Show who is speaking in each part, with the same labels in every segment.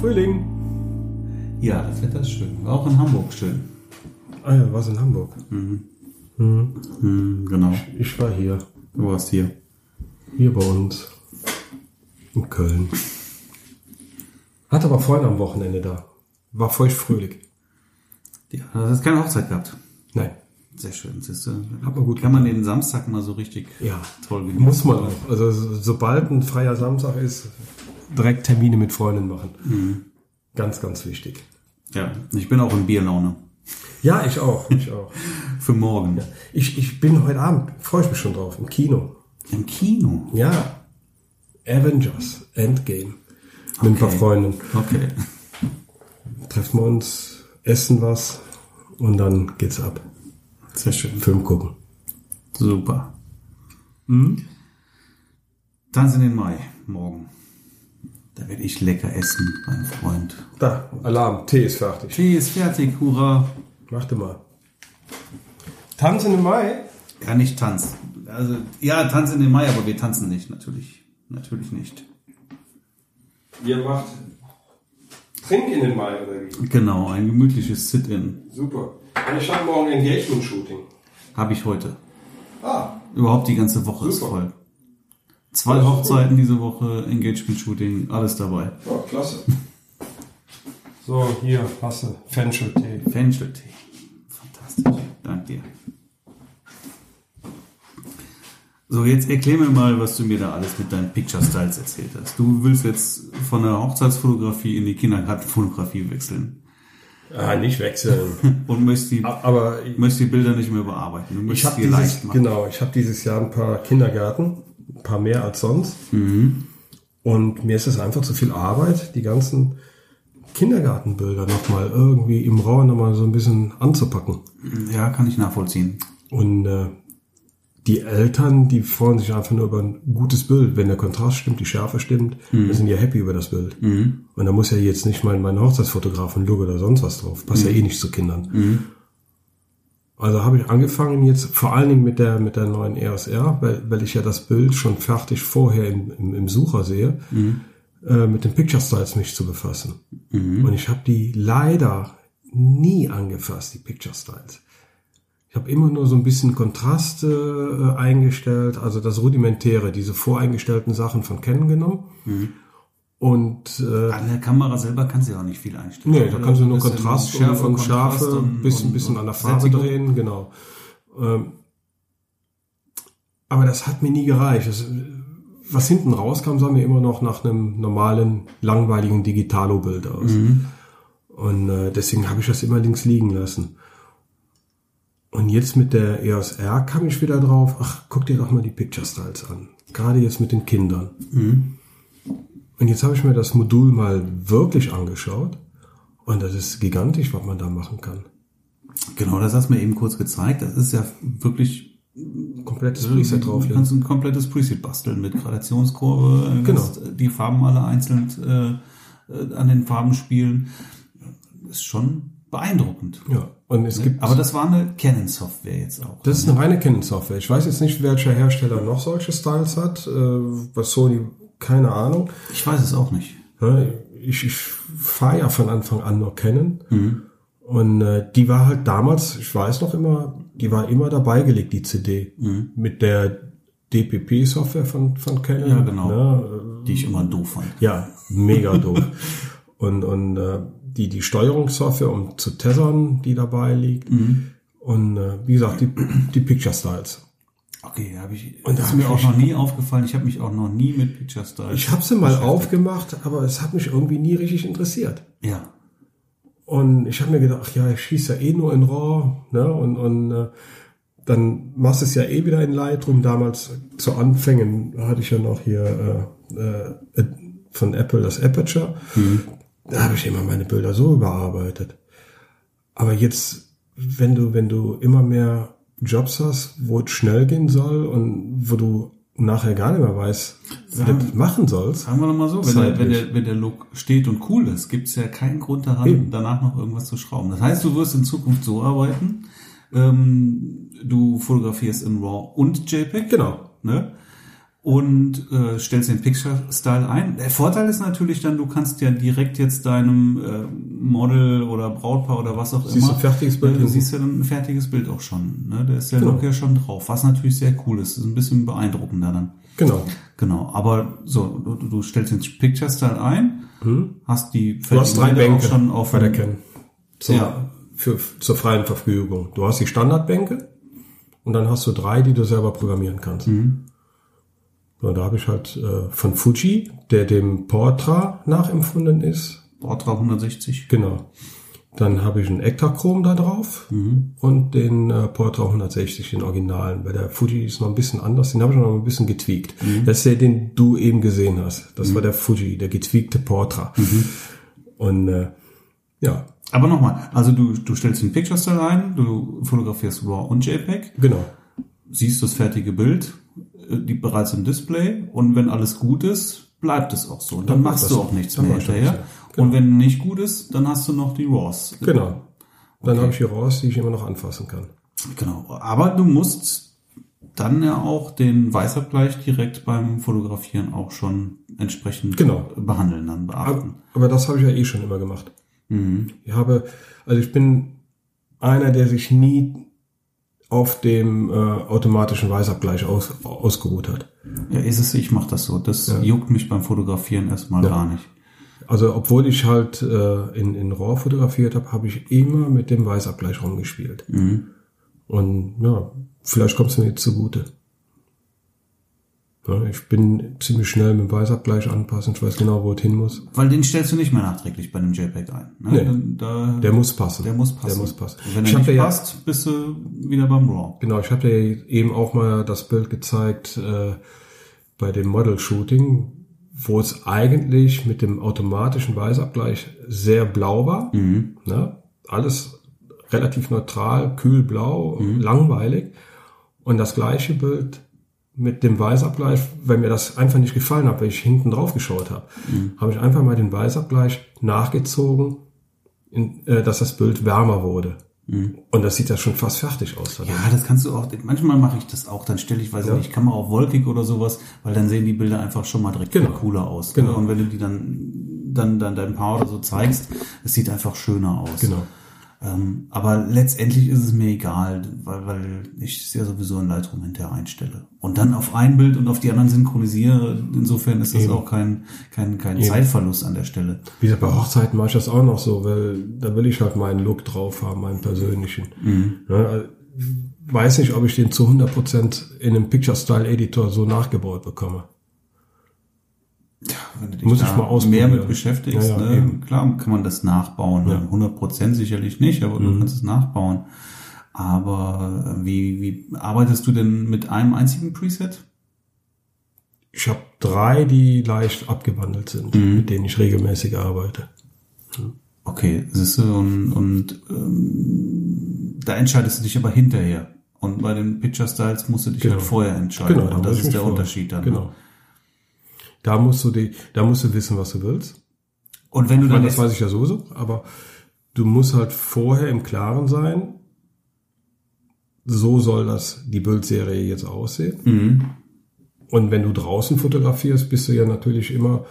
Speaker 1: Frühling.
Speaker 2: Ja, das Wetter ist schön. War Auch in Hamburg schön.
Speaker 1: Ah ja, war's in Hamburg. Mhm.
Speaker 2: Hm, genau.
Speaker 1: Ich war hier.
Speaker 2: Du warst hier.
Speaker 1: Hier bei uns. In Köln. Hatte aber Freunde am Wochenende da. War feuchtfröhlich.
Speaker 2: Ja, das hast keine Hochzeit gehabt.
Speaker 1: Nein.
Speaker 2: Sehr schön, siehst du.
Speaker 1: Hat man gut
Speaker 2: Kann man den Samstag mal so richtig
Speaker 1: Ja.
Speaker 2: toll genießen.
Speaker 1: Muss man auch. Also so- sobald ein freier Samstag ist, direkt Termine mit Freunden machen. Mhm. Ganz, ganz wichtig.
Speaker 2: Ja, ich bin auch in Bierlaune.
Speaker 1: Ja, ich auch. Ich auch.
Speaker 2: Für morgen.
Speaker 1: Ich, ich bin heute Abend, freue ich mich schon drauf, im Kino.
Speaker 2: Im Kino.
Speaker 1: Ja. Avengers Endgame. Mit ein paar
Speaker 2: Okay.
Speaker 1: Freunden.
Speaker 2: Okay.
Speaker 1: Treffen wir uns, essen was und dann geht's ab.
Speaker 2: Sehr schön.
Speaker 1: Film gucken.
Speaker 2: Super. Hm? Dann sind den Mai morgen. Da werde ich lecker essen, mein Freund.
Speaker 1: Da, Alarm, Tee ist fertig.
Speaker 2: Tee ist fertig, hurra.
Speaker 1: Warte mal. Tanzen im Mai?
Speaker 2: Ja, nicht Tanz. Also, ja, Tanz in den Mai, aber wir tanzen nicht, natürlich. Natürlich nicht.
Speaker 1: Ihr macht Trink in den Mai oder wie?
Speaker 2: Genau, ein gemütliches Sit-In
Speaker 1: Super. Und ich habe morgen Engagement-Shooting.
Speaker 2: habe ich heute.
Speaker 1: Ah,
Speaker 2: Überhaupt die ganze Woche ist
Speaker 1: Super.
Speaker 2: voll. Zwei
Speaker 1: Das ist
Speaker 2: Hochzeiten diese Woche, Engagement-Shooting, alles dabei.
Speaker 1: ja, klasse. So, hier, passe. Fenchel-Tee.
Speaker 2: Fencheltee. Fantastisch. Dank dir. So, jetzt erklär mir mal, was du mir da alles mit deinen Picture Styles erzählt hast. Du willst jetzt von der Hochzeitsfotografie in die Kindergartenfotografie wechseln
Speaker 1: Ah, nicht wechseln.
Speaker 2: und möchtest die,
Speaker 1: Aber
Speaker 2: möchtest die Bilder nicht mehr bearbeiten. Du
Speaker 1: ich
Speaker 2: möchtest
Speaker 1: habe
Speaker 2: die leicht
Speaker 1: dieses,
Speaker 2: machen.
Speaker 1: genau, ich habe dieses Jahr ein paar Kindergärten, ein paar mehr als sonst.
Speaker 2: Mhm.
Speaker 1: Und mir ist es einfach zu viel Arbeit, die ganzen Kindergartenbilder nochmal irgendwie im Rauen nochmal so ein bisschen anzupacken.
Speaker 2: Ja, kann ich nachvollziehen.
Speaker 1: Und äh, die Eltern, die freuen sich einfach nur über ein gutes Bild. Wenn der Kontrast stimmt, die Schärfe stimmt,
Speaker 2: Mhm.
Speaker 1: dann sind die ja happy über das Bild. Und da muss ja jetzt nicht mal mein Hochzeitsfotografen-Look oder sonst was drauf. Passt
Speaker 2: Mhm.
Speaker 1: ja eh nicht zu Kindern. Also habe ich angefangen jetzt vor allen Dingen mit der, mit der neuen EOSR, weil, weil ich ja das Bild schon fertig vorher im, im, im Sucher sehe, äh, mit den Picture Styles mich zu befassen. Und ich habe die leider nie angefasst, die Picture Styles. Ich habe immer nur so ein bisschen Kontraste äh, eingestellt, also das Rudimentäre, diese voreingestellten Sachen von Canon genommen. Und äh,
Speaker 2: An der Kamera selber kannst du ja auch nicht viel einstellen.
Speaker 1: Nee, da kannst du nur
Speaker 2: Bisschen
Speaker 1: Kontrast
Speaker 2: Schärfe,
Speaker 1: und, und
Speaker 2: Kontrast
Speaker 1: Schärfe,
Speaker 2: und-
Speaker 1: ein bisschen,
Speaker 2: und-
Speaker 1: bisschen
Speaker 2: und
Speaker 1: an der Farbe
Speaker 2: Sättigung.
Speaker 1: drehen, genau. Ähm, aber das hat mir nie gereicht. Das, äh, was hinten rauskam, sah mir immer noch nach einem normalen, langweiligen Digitalo-Bild aus.
Speaker 2: Mhm.
Speaker 1: Und äh, deswegen habe ich das immer links liegen lassen. Und jetzt mit der EOS R kam ich wieder drauf, ach, guck dir doch mal die Picture Styles an. Gerade jetzt mit den Kindern.
Speaker 2: Mhm.
Speaker 1: Und jetzt habe ich mir das Modul mal wirklich angeschaut. Und das ist gigantisch, was man da machen kann.
Speaker 2: Genau, das hast du mir eben kurz gezeigt. Das ist ja wirklich
Speaker 1: Komplettes Preset
Speaker 2: Du
Speaker 1: drauflegen.
Speaker 2: kannst ein komplettes Preset basteln mit Gradationskurve, du
Speaker 1: Genau.
Speaker 2: kannst die Farben alle einzeln äh, äh, an den Farben spielen. Ist schon beeindruckend.
Speaker 1: Ja. Und es gibt,
Speaker 2: Aber das war eine Canon-Software jetzt auch.
Speaker 1: das ist eine reine Canon-Software. Ich weiß jetzt nicht, welcher Hersteller noch solche Styles hat. Äh, was Sony, keine Ahnung.
Speaker 2: ich weiß es auch nicht.
Speaker 1: Ja, Ich, ich fahre ja von Anfang an nur Canon.
Speaker 2: Mhm.
Speaker 1: Und äh, die war halt damals, ich weiß noch immer, die war immer dabei gelegt, die CD.
Speaker 2: Mhm.
Speaker 1: Mit der DPP-Software von, von Canon.
Speaker 2: Ja, genau.
Speaker 1: Ne?
Speaker 2: Die ich immer doof fand.
Speaker 1: Ja, mega doof. und und äh, die, die Steuerungssoftware, um zu tethern, die dabei liegt. Und äh, wie gesagt, die, die Picture Styles.
Speaker 2: Okay, habe ich.
Speaker 1: Und da
Speaker 2: ist
Speaker 1: hab
Speaker 2: mir
Speaker 1: ich
Speaker 2: auch noch nie aufgefallen. Ich habe mich auch noch nie mit Picture Style.
Speaker 1: Ich habe sie mal aufgemacht, aber es hat mich irgendwie nie richtig interessiert.
Speaker 2: ja.
Speaker 1: Und ich habe mir gedacht, ach ja, ich schieße ja eh nur in RAW. Ne? Und, und äh, dann machst du es ja eh wieder in Lightroom. Damals zu Anfängen hatte ich ja noch hier äh, äh, von Apple das Aperture. Da habe ich immer meine Bilder so überarbeitet. Aber jetzt, wenn du, wenn du immer mehr Jobs hast, wo es schnell gehen soll und wo du nachher gar nicht mehr weißt, wie du das machen sollst.
Speaker 2: Sagen wir noch mal so, wenn der,
Speaker 1: Zeitlich.
Speaker 2: wenn, der, wenn der Look steht und cool ist, gibt es ja keinen Grund daran,
Speaker 1: Eben.
Speaker 2: danach noch irgendwas zu schrauben. Das heißt, du wirst in Zukunft so arbeiten, ähm, du fotografierst in RAW und JPEG.
Speaker 1: Genau.
Speaker 2: Ne? und äh, stellst den Picture-Style ein. Der Vorteil ist natürlich dann, du kannst ja direkt jetzt deinem äh, Model oder Brautpaar oder was auch
Speaker 1: Siehst
Speaker 2: immer.
Speaker 1: du ein fertiges Bild
Speaker 2: äh, Du
Speaker 1: hinten.
Speaker 2: siehst ja dann ein fertiges Bild auch schon. Ne? Da ist der
Speaker 1: Genau.
Speaker 2: Look ja schon drauf, was natürlich sehr cool ist. Das ist ein bisschen beeindruckender dann.
Speaker 1: Genau.
Speaker 2: Genau, aber so, du, du stellst den Picture-Style ein, hast die
Speaker 1: Hm? Du hast drei
Speaker 2: fertigen Bilder
Speaker 1: Bänke
Speaker 2: auch schon auf
Speaker 1: bei der Ken. Zur,
Speaker 2: Ja.
Speaker 1: für, zur freien Verfügung. Du hast die Standardbänke und dann hast du drei, die du selber programmieren kannst.
Speaker 2: Mhm.
Speaker 1: So, da habe ich halt äh, von Fuji, der dem Portra nachempfunden ist.
Speaker 2: Portra 160.
Speaker 1: Genau. Dann habe ich einen Ektachrom da drauf und den äh, Portra 160, den originalen. Bei der Fuji ist noch ein bisschen anders, den habe ich noch ein bisschen getweakt. Das ist der, den du eben gesehen hast. Das war der Fuji, der getweakte Portra. Und äh, ja,
Speaker 2: Aber nochmal, also du, du stellst den Picture-Style ein, du fotografierst RAW und JPEG,
Speaker 1: genau.
Speaker 2: siehst das fertige Bild, äh, die bereits im Display und wenn alles gut ist, bleibt es auch so. Dann,
Speaker 1: Dann
Speaker 2: machst
Speaker 1: bleibt
Speaker 2: du
Speaker 1: das
Speaker 2: auch nichts
Speaker 1: so. Dann
Speaker 2: mehr
Speaker 1: machst du
Speaker 2: hinterher.
Speaker 1: nichts mehr. Genau.
Speaker 2: Und wenn nicht gut ist, dann hast du noch die RAWs.
Speaker 1: Genau. Dann habe ich die raus, die ich immer noch anfassen kann.
Speaker 2: Genau. Aber du musst dann ja auch den Weißabgleich direkt beim Fotografieren auch schon entsprechend
Speaker 1: Genau.
Speaker 2: behandeln, dann
Speaker 1: Aber,
Speaker 2: beachten.
Speaker 1: aber das habe ich ja eh schon immer gemacht.
Speaker 2: Mhm.
Speaker 1: Ich habe, also ich bin einer, der sich nie auf dem äh, automatischen Weißabgleich aus, ausgeruht hat.
Speaker 2: Ja, ist es, ich mache das so. Das juckt mich beim Fotografieren erstmal gar nicht.
Speaker 1: Also obwohl ich halt äh, in, in RAW fotografiert habe, habe ich immer mit dem Weißabgleich rumgespielt.
Speaker 2: Mhm.
Speaker 1: Und ja, vielleicht kommt es mir jetzt zugute. Ja, ich bin ziemlich schnell mit dem Weißabgleich anpassen. Ich weiß genau, wo es hin muss.
Speaker 2: Weil den stellst du nicht mehr nachträglich bei einem JPEG ein. Ne?
Speaker 1: Nee.
Speaker 2: Dann- Da,
Speaker 1: Der muss passen.
Speaker 2: der muss passen.
Speaker 1: Der muss passen.
Speaker 2: Und wenn
Speaker 1: Ich
Speaker 2: er
Speaker 1: hab
Speaker 2: nicht
Speaker 1: ja-
Speaker 2: passt, bist du wieder beim RAW.
Speaker 1: Genau, ich habe ja eben auch mal das Bild gezeigt äh, bei dem Model-Shooting, wo es eigentlich mit dem automatischen Weißabgleich sehr blau war. Ne? Alles relativ neutral, kühlblau, langweilig. Und das gleiche Bild mit dem Weißabgleich, wenn mir das einfach nicht gefallen hat, weil ich hinten drauf geschaut habe, habe ich einfach mal den Weißabgleich nachgezogen, in, äh, dass das Bild wärmer wurde. Und das sieht ja schon fast fertig aus. Also,
Speaker 2: Ja, das kannst du auch. Manchmal mache ich das auch. Dann stelle ich, weiß ich nicht, Kamera auf wolkig oder sowas, weil dann sehen die Bilder einfach schon mal direkt
Speaker 1: Genau.
Speaker 2: viel cooler aus. ne?
Speaker 1: Genau.
Speaker 2: Und wenn du die dann, dann, dann dein Paar oder so zeigst, es sieht einfach schöner aus.
Speaker 1: Genau.
Speaker 2: Ähm, aber letztendlich ist es mir egal, weil, weil ich es ja sowieso in Lightroom hinterher einstelle. Und dann auf ein Bild und auf die anderen synchronisiere. Insofern ist das auch kein, kein, kein Zeitverlust an der Stelle.
Speaker 1: Wie gesagt, bei Hochzeiten mache ich das auch noch so, weil da will ich halt meinen Look drauf haben, meinen persönlichen.
Speaker 2: Mhm.
Speaker 1: Ne, also, ich weiß nicht, ob ich den zu 100% in einem Picture-Style-Editor so nachgebaut bekomme.
Speaker 2: Wenn du dich
Speaker 1: Muss
Speaker 2: da
Speaker 1: ich mal ausprobieren.
Speaker 2: mehr mit beschäftigst,
Speaker 1: Ja, ja,
Speaker 2: ne?
Speaker 1: eben.
Speaker 2: klar kann man das nachbauen. Ne? 100% sicherlich nicht, aber du kannst es nachbauen. Aber äh, wie, wie arbeitest du denn mit einem einzigen Preset?
Speaker 1: Ich habe drei, die leicht abgewandelt sind,
Speaker 2: Mhm.
Speaker 1: mit denen ich regelmäßig arbeite.
Speaker 2: Okay, siehst du, und, und ähm, da entscheidest du dich aber hinterher. Und bei den Picture Styles musst du dich
Speaker 1: Genau.
Speaker 2: halt vorher entscheiden.
Speaker 1: da
Speaker 2: und
Speaker 1: muss
Speaker 2: das
Speaker 1: ich
Speaker 2: ist
Speaker 1: mich
Speaker 2: der
Speaker 1: vor-
Speaker 2: Unterschied dann. ne?
Speaker 1: Genau. Da musst du die, da musst du wissen, was du willst.
Speaker 2: Und wenn du
Speaker 1: Ich
Speaker 2: dann
Speaker 1: meine, das weiß ich ja sowieso, aber du musst halt vorher im Klaren sein, so soll das die Bildserie jetzt aussehen.
Speaker 2: Mhm.
Speaker 1: Und wenn du draußen fotografierst, bist du ja natürlich immer,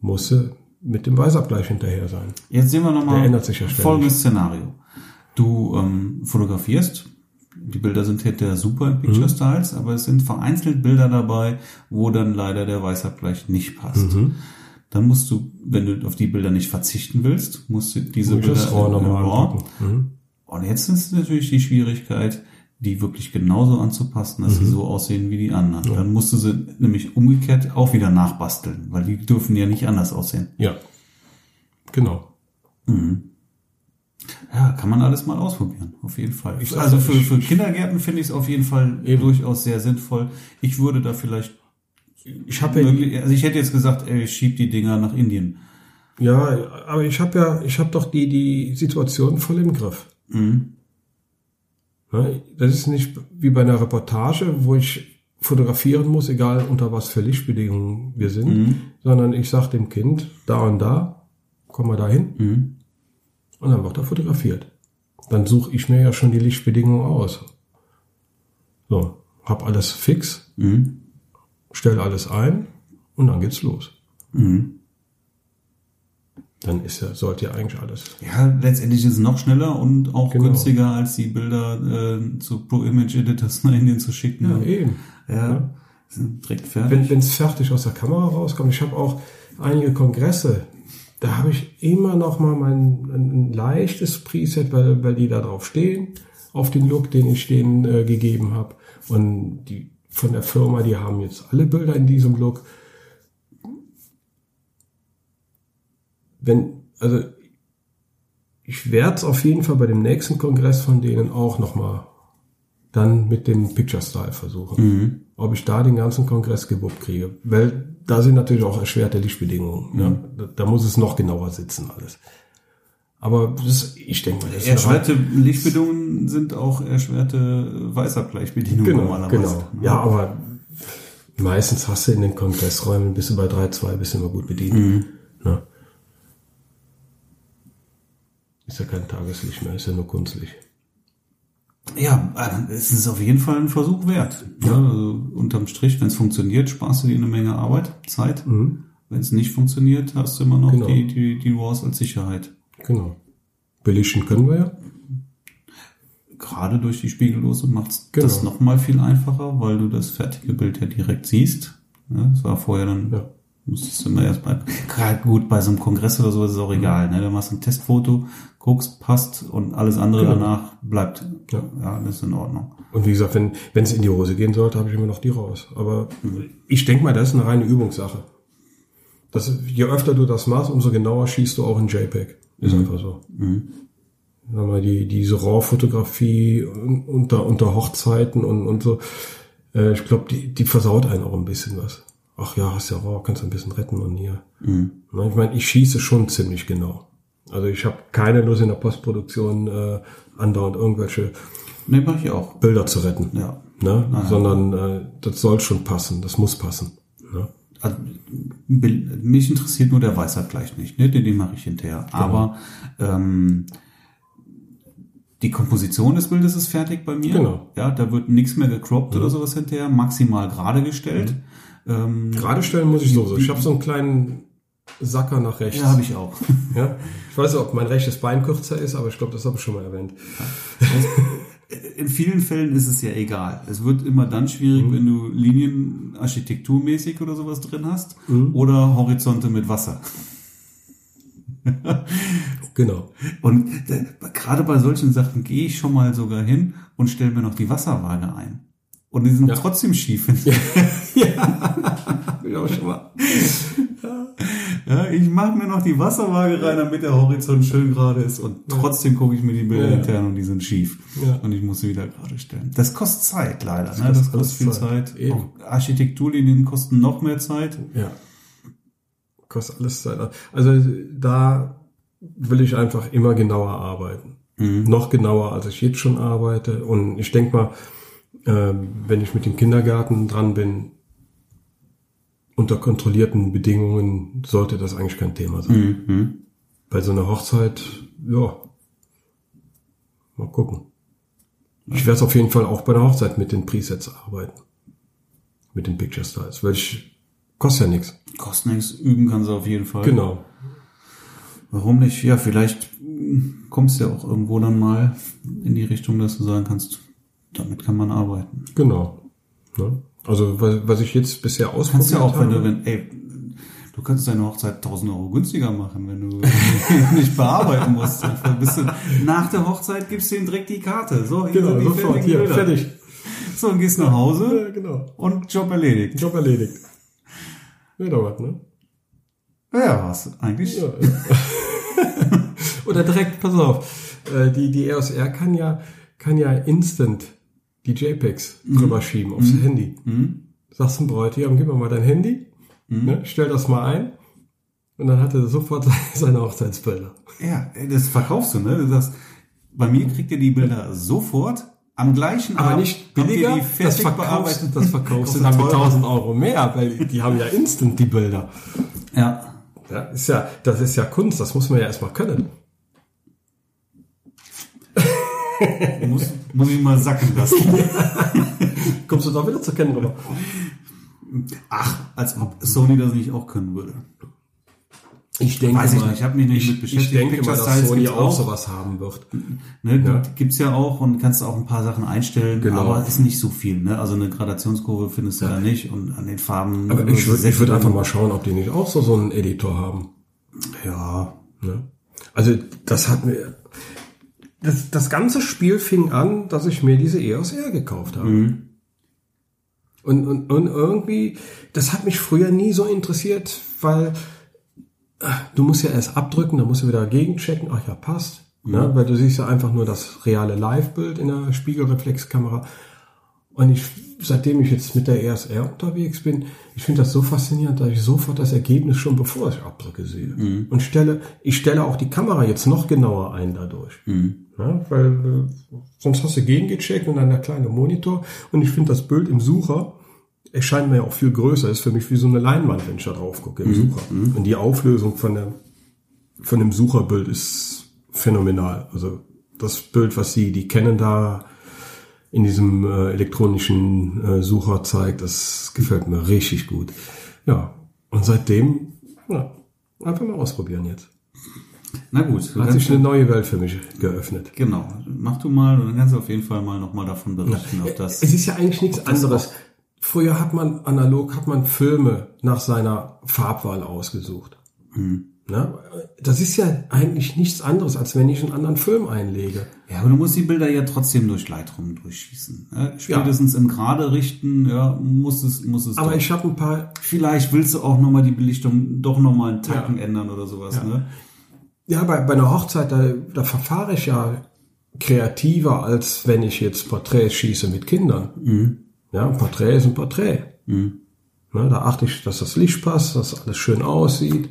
Speaker 1: musst du mit dem Weißabgleich hinterher sein.
Speaker 2: Jetzt sehen wir
Speaker 1: Der
Speaker 2: nochmal
Speaker 1: ändert sich ja ständig.
Speaker 2: folgendes Szenario. Du ähm, fotografierst, die Bilder sind hinterher super in
Speaker 1: Mhm.
Speaker 2: Picture Styles, aber es sind vereinzelt Bilder dabei, wo dann leider der Weißabgleich nicht
Speaker 1: Mhm.
Speaker 2: passt. Dann musst du, wenn du auf die Bilder nicht verzichten willst, musst du diese
Speaker 1: Muss ich
Speaker 2: Bilder
Speaker 1: das RAW
Speaker 2: in- in
Speaker 1: nochmal
Speaker 2: RAW.
Speaker 1: angucken. Mhm.
Speaker 2: Und jetzt ist natürlich die Schwierigkeit, die wirklich genauso anzupassen, dass sie
Speaker 1: Mhm.
Speaker 2: so aussehen wie die anderen. Dann musst du sie nämlich umgekehrt auch wieder nachbasteln, weil die dürfen ja nicht anders aussehen.
Speaker 1: Ja. Genau.
Speaker 2: Ja, kann man alles mal ausprobieren, auf jeden Fall.
Speaker 1: Ich sag,
Speaker 2: also für,
Speaker 1: ich-
Speaker 2: für Kindergärten finde ich es auf jeden Fall durchaus sehr sinnvoll. Ich würde da vielleicht,
Speaker 1: Ich habe ja,
Speaker 2: möglich, also ich hätte jetzt gesagt, ey, schieb die Dinger nach Indien.
Speaker 1: ja, aber ich habe ja, ich habe doch die, die Situation voll im Griff.
Speaker 2: Mhm.
Speaker 1: Ne, Das ist nicht wie bei einer Reportage, wo ich fotografieren muss, egal unter was für Lichtbedingungen wir sind,
Speaker 2: Mhm.
Speaker 1: sondern ich sage dem Kind, da und da, komm mal dahin
Speaker 2: Mhm.
Speaker 1: und dann wird er fotografiert. Dann suche ich mir ja schon die Lichtbedingungen aus. So, hab alles fix
Speaker 2: Mhm.
Speaker 1: stell alles ein und dann geht's los.
Speaker 2: Mhm.
Speaker 1: Dann ist ja, sollte ja eigentlich alles.
Speaker 2: Ja, letztendlich ist es noch schneller und auch
Speaker 1: Genau.
Speaker 2: günstiger, als die Bilder äh, zu Pro-Image-Editors nach Indien zu schicken.
Speaker 1: Ja, eben.
Speaker 2: ja. Sind direkt fertig.
Speaker 1: Wenn es fertig aus der Kamera rauskommt, ich habe auch einige Kongresse, da habe ich immer noch mal mein ein, ein leichtes Preset, weil, weil die da drauf stehen, auf den Look, den ich denen äh, gegeben habe. Und die von der Firma, die haben jetzt alle Bilder in diesem Look. Wenn, also ich werde es auf jeden Fall bei dem nächsten Kongress von denen auch nochmal dann mit dem Picture Style versuchen. Ob ich da den ganzen Kongress gewuppt kriege. Weil da sind natürlich auch erschwerte Lichtbedingungen. Ne? Da, da muss es noch genauer sitzen alles. Aber das, ich denke mal, das ist eine
Speaker 2: Erschwerte Lichtbedingungen sind auch erschwerte Weißabgleichbedienungen
Speaker 1: Genau,
Speaker 2: normalerweise. ne?
Speaker 1: genau. Ja, aber meistens hast du in den Kongressräumen, bist du bei 3,2, bist du immer gut bedient. Ne? Ist ja kein Tageslicht mehr, ist ja nur Kunstlicht.
Speaker 2: Ja, aber es ist auf jeden Fall ein Versuch wert. Ja, also unterm Strich, wenn es funktioniert, sparst du dir eine Menge Arbeit, Zeit. Wenn es nicht funktioniert, hast du immer noch
Speaker 1: Mhm. Genau.
Speaker 2: die, die, die Raws als Sicherheit.
Speaker 1: Genau. Belichten können wir ja.
Speaker 2: Gerade durch die Spiegellose macht's
Speaker 1: Genau.
Speaker 2: das nochmal viel einfacher, weil du das fertige Bild ja direkt siehst. Ja, das war vorher dann,
Speaker 1: Ja.
Speaker 2: musstest du immer erst mal, gerade gut, bei so einem Kongress oder so ist es auch
Speaker 1: Mhm.
Speaker 2: egal. Ne? Da machst du ein Testfoto, guckst, passt und alles andere
Speaker 1: Genau.
Speaker 2: danach bleibt.
Speaker 1: Ja.
Speaker 2: ja, das ist in Ordnung.
Speaker 1: Und wie gesagt, wenn wenn es in die Hose gehen sollte, habe ich immer noch die raus. Aber ich denke mal, das ist eine reine Übungssache. Das, je öfter du das machst, umso genauer schießt du auch in JPEG. Ist einfach so. Sag mal, die, diese RAW-Fotografie un- unter, unter Hochzeiten und, und so, äh, ich glaube, die, die versaut einen auch ein bisschen was. Ach ja, hast ja RAW, kannst ein bisschen retten und hier. Na, Ich meine, ich schieße schon ziemlich genau. Also ich habe keine Lust in der Postproduktion äh, andauernd irgendwelche
Speaker 2: Ne, mach ich auch.
Speaker 1: Bilder zu retten.
Speaker 2: Ja.
Speaker 1: Ne? Sondern äh, das soll schon passen, das muss passen. Ne?
Speaker 2: also, be- mich interessiert nur der Weißabgleich nicht, ne? den, den mache ich hinterher. Aber ähm, die Komposition des Bildes ist fertig bei mir.
Speaker 1: Genau.
Speaker 2: Ja, da wird nichts mehr gecroppt oder sowas hinterher, maximal gerade gestellt. Ähm,
Speaker 1: Gerade stellen muss ich so. Ich habe so einen kleinen Sacker nach rechts.
Speaker 2: ja, habe ich auch.
Speaker 1: Ja? Ich weiß nicht, ob mein rechtes Bein kürzer ist, aber ich glaube, das habe ich schon mal erwähnt.
Speaker 2: In vielen Fällen ist es ja egal. Es wird immer dann schwierig, wenn du Linien architekturmäßig oder sowas drin hast oder Horizonte mit Wasser.
Speaker 1: Genau.
Speaker 2: Und äh, gerade bei solchen Sachen gehe ich schon mal sogar hin und stelle mir noch die Wasserwaage ein. Und die sind trotzdem schief.
Speaker 1: Hab ich auch schon mal.
Speaker 2: Ja, ich mache mir noch die Wasserwaage rein, damit der Horizont schön gerade ist. Und trotzdem gucke ich mir die Bilder
Speaker 1: Ja.
Speaker 2: intern und die sind schief.
Speaker 1: Ja.
Speaker 2: Und ich muss sie wieder gerade stellen. Das kostet Zeit leider. ne? das
Speaker 1: kostet alles
Speaker 2: kostet viel
Speaker 1: Zeit.
Speaker 2: Zeit.
Speaker 1: Eben.
Speaker 2: Auch Architekturlinien kosten noch mehr Zeit.
Speaker 1: Ja. Kostet alles Zeit. Also da will ich einfach immer genauer arbeiten. Noch genauer, als ich jetzt schon arbeite. Und ich denke mal, ähm, wenn ich mit dem Kindergarten dran bin, unter kontrollierten Bedingungen sollte das eigentlich kein Thema sein. Bei so einer Hochzeit, ja, mal gucken. Ich werde auf jeden Fall auch bei der Hochzeit mit den Presets arbeiten. Mit den Picture Styles. Weil ich, kostet ja nichts.
Speaker 2: Kosten nichts, üben kannst du auf jeden Fall.
Speaker 1: Genau.
Speaker 2: Warum nicht? Ja, vielleicht mh, kommst du ja auch irgendwo dann mal in die Richtung, dass du sagen kannst, damit kann man arbeiten.
Speaker 1: Genau. Ne? Also was, was ich jetzt bisher ausprobiert
Speaker 2: Kannst ja auch, wenn du,
Speaker 1: habe,
Speaker 2: wenn, ey, du kannst deine Hochzeit 1000 Euro günstiger machen, wenn du nicht bearbeiten musst. Dann Bist du, nach der Hochzeit gibst du ihm direkt die Karte. So, hier
Speaker 1: genau,
Speaker 2: sind die
Speaker 1: sofort
Speaker 2: fertigen
Speaker 1: hier
Speaker 2: Bilder.
Speaker 1: fertig.
Speaker 2: So, und gehst nach Hause
Speaker 1: Ja, genau.
Speaker 2: und Job erledigt.
Speaker 1: Job erledigt. Wäre doch was, ne?
Speaker 2: Ja, was eigentlich?
Speaker 1: Ja, ja. Oder direkt, pass auf, äh, die, die EOS R kann ja, kann ja instant die JPEGs
Speaker 2: Mhm.
Speaker 1: drüber schieben aufs Handy.
Speaker 2: Hm?
Speaker 1: Sagst dem Bräutigam, gib mir mal dein Handy,
Speaker 2: Mhm.
Speaker 1: ne, stell das mal ein und dann hat er sofort seine Hochzeitsbilder.
Speaker 2: Ja, ey, das verkaufst du, ne? Du sagst, bei mir kriegt ihr die Bilder sofort am gleichen
Speaker 1: Aber
Speaker 2: Abend.
Speaker 1: nicht
Speaker 2: habt ihr
Speaker 1: billiger,
Speaker 2: die fertig
Speaker 1: das verkaufst,
Speaker 2: bearbeitet.
Speaker 1: das verkaufst du
Speaker 2: Kostet
Speaker 1: dann mit
Speaker 2: teurer.
Speaker 1: 1000 Euro mehr, weil die haben ja instant die Bilder.
Speaker 2: Ja.
Speaker 1: Ja, ist ja, das ist ja Kunst, das muss man ja erstmal können.
Speaker 2: Muss, muss ich mal sacken lassen.
Speaker 1: Kommst du da wieder zur Kenntnis?
Speaker 2: Ach, als ob Sony das nicht auch können würde.
Speaker 1: Ich denke
Speaker 2: Weiß ich
Speaker 1: mal,
Speaker 2: nicht, ich habe mich nicht mit
Speaker 1: ich,
Speaker 2: beschäftigt.
Speaker 1: denke mal,
Speaker 2: Picture
Speaker 1: dass
Speaker 2: Size
Speaker 1: Sony
Speaker 2: gibt's
Speaker 1: auch, sowas haben wird.
Speaker 2: Ne,
Speaker 1: Ja.
Speaker 2: die Gibt's ja auch und kannst auch ein paar Sachen einstellen,
Speaker 1: Genau.
Speaker 2: aber ist nicht so viel. Ne? Also eine Gradationskurve findest du da nicht und an den Farben. äh,
Speaker 1: Aber
Speaker 2: nur
Speaker 1: ich würde ich
Speaker 2: Sättigung.
Speaker 1: würd einfach mal schauen, ob die nicht auch so, so einen Editor haben.
Speaker 2: Ja,
Speaker 1: Ne? Also das hat mir. Das, das ganze Spiel fing an, dass ich mir diese EOS R gekauft habe. Und, und, und irgendwie, das hat mich früher nie so interessiert, weil äh, du musst ja erst abdrücken, dann musst du wieder gegenchecken, ach ja, passt. Ne? Weil du siehst ja einfach nur das reale Live-Bild in der Spiegelreflexkamera. Und ich, seitdem ich jetzt mit der ESR unterwegs bin, ich finde das so faszinierend, dass ich sofort das Ergebnis schon bevor ich abdrücke sehe. Und stelle, ich stelle auch die Kamera jetzt noch genauer ein dadurch. Ja, weil äh, sonst hast du gegengecheckt und dann der kleine Monitor. Und ich finde das Bild im Sucher erscheint mir ja auch viel größer. Ist für mich wie so eine Leinwand, wenn ich da drauf gucke im Sucher. Und die Auflösung von der, von dem Sucherbild ist phänomenal. Also das Bild, was sie, die kennen da, in diesem äh, elektronischen äh, Sucher zeigt, das gefällt mir richtig gut. Ja, und seitdem, ja, einfach mal ausprobieren jetzt.
Speaker 2: na gut. du
Speaker 1: Hat
Speaker 2: kannst-
Speaker 1: sich eine neue Welt für mich geöffnet.
Speaker 2: Genau, mach du mal und dann kannst du auf jeden Fall mal nochmal davon berichten, ob
Speaker 1: Es
Speaker 2: das.
Speaker 1: ist ja eigentlich nichts anderes. Früher hat man analog, hat man Filme nach seiner Farbwahl ausgesucht. Ne? Das ist ja eigentlich nichts anderes, als wenn ich einen anderen Film einlege.
Speaker 2: Ja, aber du musst die Bilder ja trotzdem durch Lightroom durchschießen. Ne? Spätestens im Gerade richten, ja, muss es, muss es.
Speaker 1: Aber
Speaker 2: doch.
Speaker 1: ich habe ein paar
Speaker 2: vielleicht willst du auch nochmal die Belichtung doch nochmal einen Tacken ändern oder sowas, ne?
Speaker 1: Ja, bei, bei einer Hochzeit, da, da verfahre ich ja kreativer, als wenn ich jetzt Porträts schieße mit Kindern. Ja, ein Porträt ist ein Porträt. Ne, da achte ich, dass das Licht passt, dass alles schön aussieht.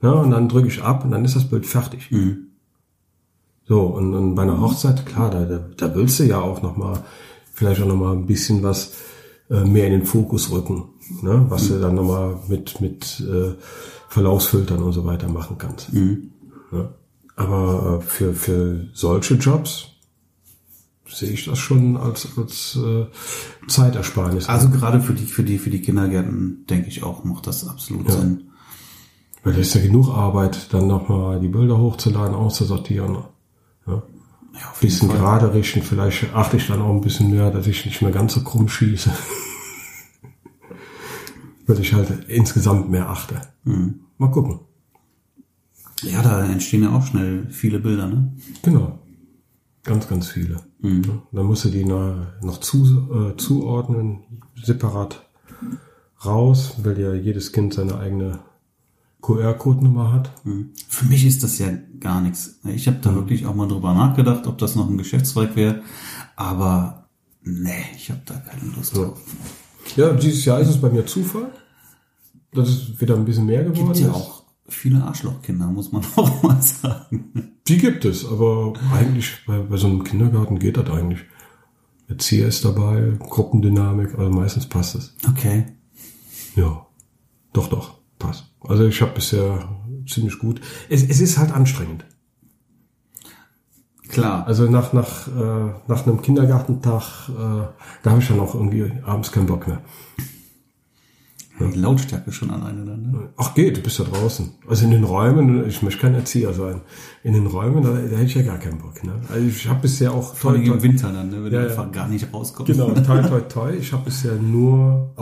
Speaker 1: Ne, und dann drücke ich ab und dann ist das Bild fertig. So, und, und bei einer Hochzeit, klar, da, da, da willst du ja auch nochmal, vielleicht auch nochmal ein bisschen was äh, mehr in den Fokus rücken. Ne, was du dann nochmal mit, mit äh, Verlaufsfiltern und so weiter machen kannst. Ja. Aber äh, für, für solche Jobs sehe ich das schon als, als äh, Zeitersparnis.
Speaker 2: Also gerade für die, für die, für die Kindergärten, denke ich auch, macht das absolut Sinn.
Speaker 1: Weil da ist ja genug Arbeit, dann nochmal die Bilder hochzuladen, auszusortieren. Ja.
Speaker 2: Ja, auf
Speaker 1: Bisschen gerade richten, vielleicht achte ich dann auch ein bisschen mehr, dass ich nicht mehr ganz so krumm schieße. Weil ich halt insgesamt mehr achte.
Speaker 2: Mhm.
Speaker 1: Mal gucken.
Speaker 2: Ja, da entstehen ja auch schnell viele Bilder, ne?
Speaker 1: Genau. Ganz, ganz viele.
Speaker 2: Mhm.
Speaker 1: Ja, Dann musst du die noch, noch zu, äh, zuordnen, separat raus, weil ja jedes Kind seine eigene QR-Code-Nummer hat.
Speaker 2: Mhm. Für mich ist das ja gar nichts. Ne, Ich habe da
Speaker 1: Mhm.
Speaker 2: wirklich auch mal drüber nachgedacht, ob das noch ein Geschäftszweig wäre, aber nee, ich habe da keine Lust drauf.
Speaker 1: Ja, dieses Jahr ist es bei mir Zufall, dass es wieder ein bisschen mehr geworden
Speaker 2: Gibt ja
Speaker 1: ist.
Speaker 2: auch viele Arschlochkinder, muss man auch mal sagen.
Speaker 1: Die gibt es, aber eigentlich bei, bei so einem Kindergarten geht das eigentlich. Erzieher ist dabei, Gruppendynamik, also meistens passt es.
Speaker 2: Okay.
Speaker 1: Ja, doch, doch, passt. Also ich habe bisher ziemlich gut. Es, es ist halt anstrengend.
Speaker 2: Klar.
Speaker 1: Also nach, nach, äh, nach einem Kindergartentag, äh, da habe ich dann auch irgendwie abends keinen Bock mehr.
Speaker 2: die Lautstärke schon alleine dann. Ne?
Speaker 1: Ach geht, du bist da draußen. Also in den Räumen, ich möchte kein Erzieher sein. In den Räumen, da, da hätte ich ja gar keinen Bock. Ne? Also ich habe bisher auch
Speaker 2: Vor allem im Winter dann, ne? wenn
Speaker 1: Ja,
Speaker 2: du
Speaker 1: ja.
Speaker 2: einfach gar nicht rauskommst.
Speaker 1: Genau, toi, toi, toi. Ich habe bisher nur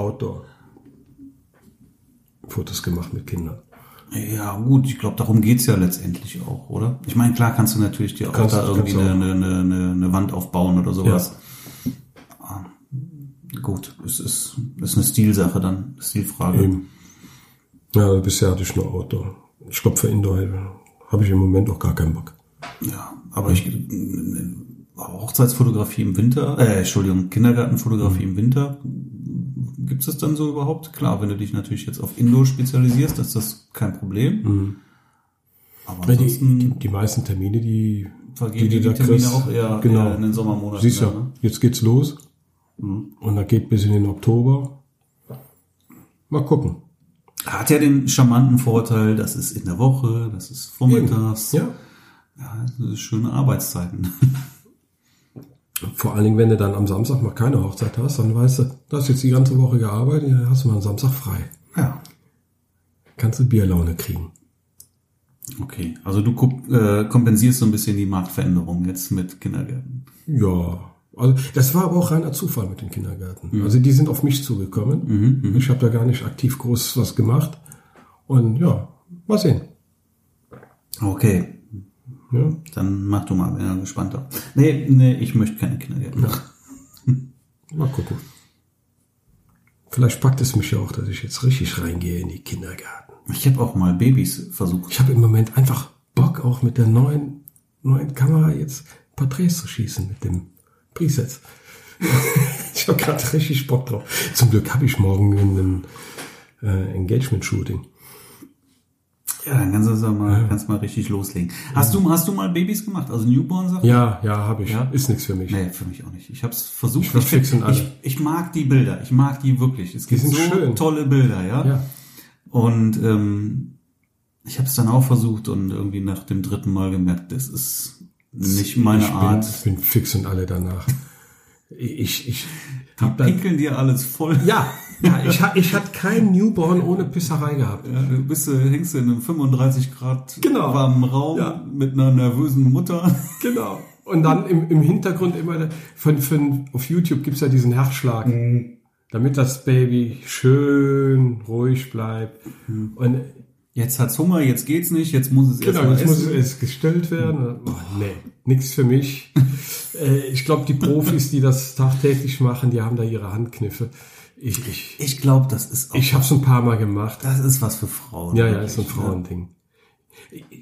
Speaker 1: Outdoor-Fotos gemacht mit Kindern.
Speaker 2: Ja gut, ich glaube, darum geht's ja letztendlich auch, oder? Ich meine, klar kannst du natürlich dir auch
Speaker 1: Kannst-
Speaker 2: da irgendwie
Speaker 1: kannst du
Speaker 2: eine,
Speaker 1: auch.
Speaker 2: eine, eine, eine Wand aufbauen oder sowas. Ah, Gut, es ist, ist eine Stilsache dann, Stilfrage.
Speaker 1: Eben. Ja, bisher hatte ich nur Outdoor. Ich glaube, für Indoor habe ich im Moment auch gar keinen Bock.
Speaker 2: Ja, aber ich Hochzeitsfotografie im Winter, äh, Entschuldigung, Kindergartenfotografie im Winter, gibt's das dann so überhaupt? Klar, wenn du dich natürlich jetzt auf Indoor spezialisierst, ist das kein Problem. Aber
Speaker 1: Weil Mhm. die,
Speaker 2: ansonsten
Speaker 1: die, die meisten Termine, die,
Speaker 2: vergehen die,
Speaker 1: du da
Speaker 2: Termine
Speaker 1: kriegst,
Speaker 2: auch eher,
Speaker 1: genau.
Speaker 2: eher in den Sommermonaten.
Speaker 1: Siehst
Speaker 2: dann, ne? Mhm.
Speaker 1: ja, jetzt geht's los. Und da geht bis in den Oktober. Mal gucken.
Speaker 2: Hat ja den charmanten Vorteil, das ist in der Woche, das ist vormittags.
Speaker 1: Ja.
Speaker 2: Ja, das ist schöne Arbeitszeiten.
Speaker 1: Vor allen Dingen, wenn du dann am Samstag mal keine Hochzeit hast, dann weißt du, du hast jetzt die ganze Woche gearbeitet, dann hast du mal am Samstag frei.
Speaker 2: Ja.
Speaker 1: Kannst du Bierlaune kriegen.
Speaker 2: Okay. Also du kom- äh, kompensierst so ein bisschen die Marktveränderung jetzt mit Kindergärten.
Speaker 1: Ja. Also das war aber auch reiner Zufall mit den Kindergärten. Also die sind auf mich zugekommen. ich habe da gar nicht aktiv groß was gemacht. Und ja, mal sehen.
Speaker 2: Okay.
Speaker 1: Ja.
Speaker 2: Dann mach du mal, bin ja gespannter. Nee, nee, ich möchte keine Kindergärten.
Speaker 1: Mal gucken. Vielleicht packt es mich ja auch, dass ich jetzt richtig reingehe in die Kindergärten.
Speaker 2: Ich habe auch mal Babys versucht.
Speaker 1: Ich habe im Moment einfach Bock, auch mit der neuen, neuen Kamera jetzt Porträts zu schießen mit dem Presets. ich habe gerade richtig Bock drauf. Zum Glück habe ich morgen ein äh, Engagement-Shooting.
Speaker 2: Ja, dann kannst du das auch mal, kannst mal richtig loslegen. Hast du, hast du mal Babys gemacht? Also Newborn Sachen?
Speaker 1: Ja, ja, habe ich.
Speaker 2: Ja?
Speaker 1: Ist nichts für mich.
Speaker 2: Nee, für mich auch nicht. Ich habe es versucht.
Speaker 1: Ich war fix in alle.
Speaker 2: ich, ich mag die Bilder. Ich mag die wirklich. Es gibt
Speaker 1: sind
Speaker 2: so
Speaker 1: schön.
Speaker 2: tolle Bilder, ja.
Speaker 1: Ja.
Speaker 2: Und ähm, ich habe es dann auch versucht und irgendwie nach dem dritten Mal gemerkt, das ist nicht meine
Speaker 1: ich bin,
Speaker 2: Art.
Speaker 1: bin fix und alle danach. Ich, ich
Speaker 2: Die pinkeln dir alles voll.
Speaker 1: ja, ja, ich, ha- ich hatte kein Newborn ohne Pisserei gehabt.
Speaker 2: Ja, du bist, äh, hängst in einem 35 Grad
Speaker 1: Genau.
Speaker 2: warmen Raum
Speaker 1: Ja.
Speaker 2: mit einer nervösen Mutter.
Speaker 1: Genau. Und dann im, im Hintergrund immer von, von auf YouTube gibt's ja diesen Herzschlag, damit das Baby schön ruhig bleibt. Und
Speaker 2: Jetzt hat's Hunger, jetzt geht's nicht, jetzt muss es
Speaker 1: Mhm. genau,
Speaker 2: erstmal
Speaker 1: jetzt muss
Speaker 2: essen.
Speaker 1: es gestillt werden. Oh, nee, nichts für mich. äh, ich glaube, die Profis, die das tagtäglich machen, die haben da ihre Handkniffe. Ich, ich,
Speaker 2: ich glaube, das ist auch,
Speaker 1: ich habe es ein paar Mal gemacht.
Speaker 2: das ist was für Frauen.
Speaker 1: Ja, ja,
Speaker 2: wirklich,
Speaker 1: ist ein
Speaker 2: ne?
Speaker 1: Frauending.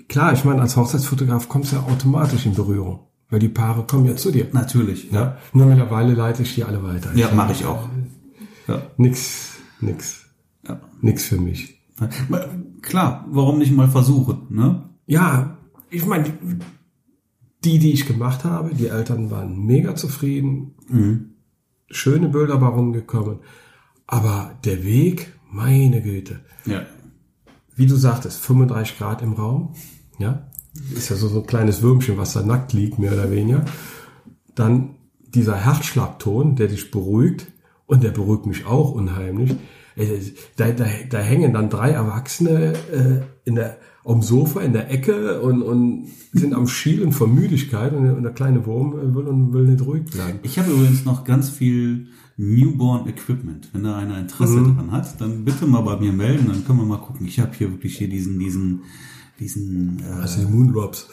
Speaker 1: Klar, ich meine, als Hochzeitsfotograf kommst du ja automatisch in Berührung, weil die Paare kommen ja zu dir.
Speaker 2: Natürlich.
Speaker 1: Ja. Nur mittlerweile leite ich die alle weiter.
Speaker 2: Ja, mache ich auch. Ja.
Speaker 1: Nix, nix,
Speaker 2: Ja.
Speaker 1: nix für mich.
Speaker 2: Ma- Klar, warum nicht mal versuchen, ne?
Speaker 1: Ja, ich meine, die, die ich gemacht habe, die Eltern waren mega zufrieden.
Speaker 2: Mhm.
Speaker 1: Schöne Bilder waren gekommen. Aber der Weg, meine Güte.
Speaker 2: Ja.
Speaker 1: Wie du sagtest, 35 Grad im Raum. Ja, ist ja so, so ein kleines Würmchen, was da nackt liegt, mehr oder weniger. dann dieser Herzschlagton, der dich beruhigt und der beruhigt mich auch unheimlich. Äh, Da, da, da hängen dann drei Erwachsene äh, in der, am Sofa in der Ecke und, und sind am Schielen vor Müdigkeit und, der- und der kleine Wurm äh, will und will nicht ruhig bleiben.
Speaker 2: Ich habe übrigens noch ganz viel Newborn Equipment. Wenn da einer Interesse dran hat, dann bitte mal bei mir melden, dann können wir mal gucken. Ich habe hier wirklich hier diesen, diesen, diesen äh,
Speaker 1: Also die Moondrops.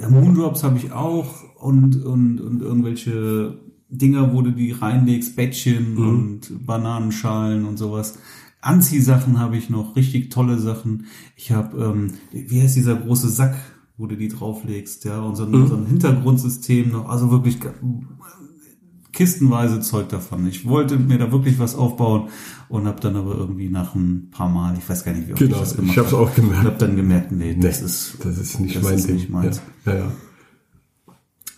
Speaker 2: Ja, Moondrops habe ich auch und, und, und irgendwelche Dinger, wo du die reinlegst, Bettchen
Speaker 1: Mhm.
Speaker 2: und Bananenschalen und sowas. Anziehsachen habe ich noch, richtig tolle Sachen. Ich habe, ähm, wie heißt dieser große Sack, wo du die drauflegst, ja, und so
Speaker 1: Mhm.
Speaker 2: ein, so ein Hintergrundsystem noch, also wirklich ga- kistenweise Zeug davon. Ich wollte mir da wirklich was aufbauen und habe dann aber irgendwie nach ein paar Mal, ich weiß gar nicht, wie oft
Speaker 1: Genau,
Speaker 2: ich das
Speaker 1: ich
Speaker 2: gemacht
Speaker 1: hab's auch gemerkt.
Speaker 2: und habe dann gemerkt, nee,
Speaker 1: Nee,
Speaker 2: das ist
Speaker 1: das ist nicht
Speaker 2: das
Speaker 1: mein
Speaker 2: ist
Speaker 1: Ding.
Speaker 2: nicht meins.
Speaker 1: ja, ja, ja.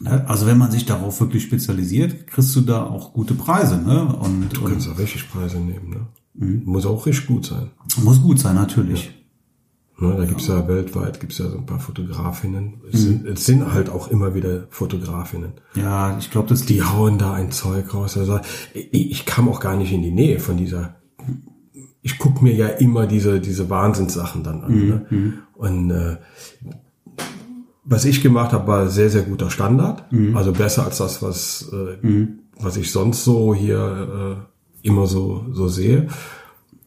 Speaker 2: Ne? Also wenn man sich darauf wirklich spezialisiert, kriegst du da auch gute Preise. Ne? Und,
Speaker 1: Du
Speaker 2: und
Speaker 1: kannst auch richtig Preise nehmen. Ne? Muss auch richtig gut sein.
Speaker 2: muss gut sein, natürlich.
Speaker 1: Ne, da gibt's ja weltweit gibt's ja so ein paar Fotografinnen. Es, sind, es sind halt auch immer wieder Fotografinnen.
Speaker 2: Ja, ich glaube, das
Speaker 1: Die hauen da ein Zeug raus. Also ich, ich kam auch gar nicht in die Nähe von dieser. Ich guck mir ja immer diese, diese Wahnsinnssachen dann
Speaker 2: Mhm,
Speaker 1: an. Ne? Und äh, was ich gemacht habe, war sehr, sehr guter Standard.
Speaker 2: Mhm.
Speaker 1: Also besser als das, was, äh, was ich sonst so hier äh, immer so, so sehe.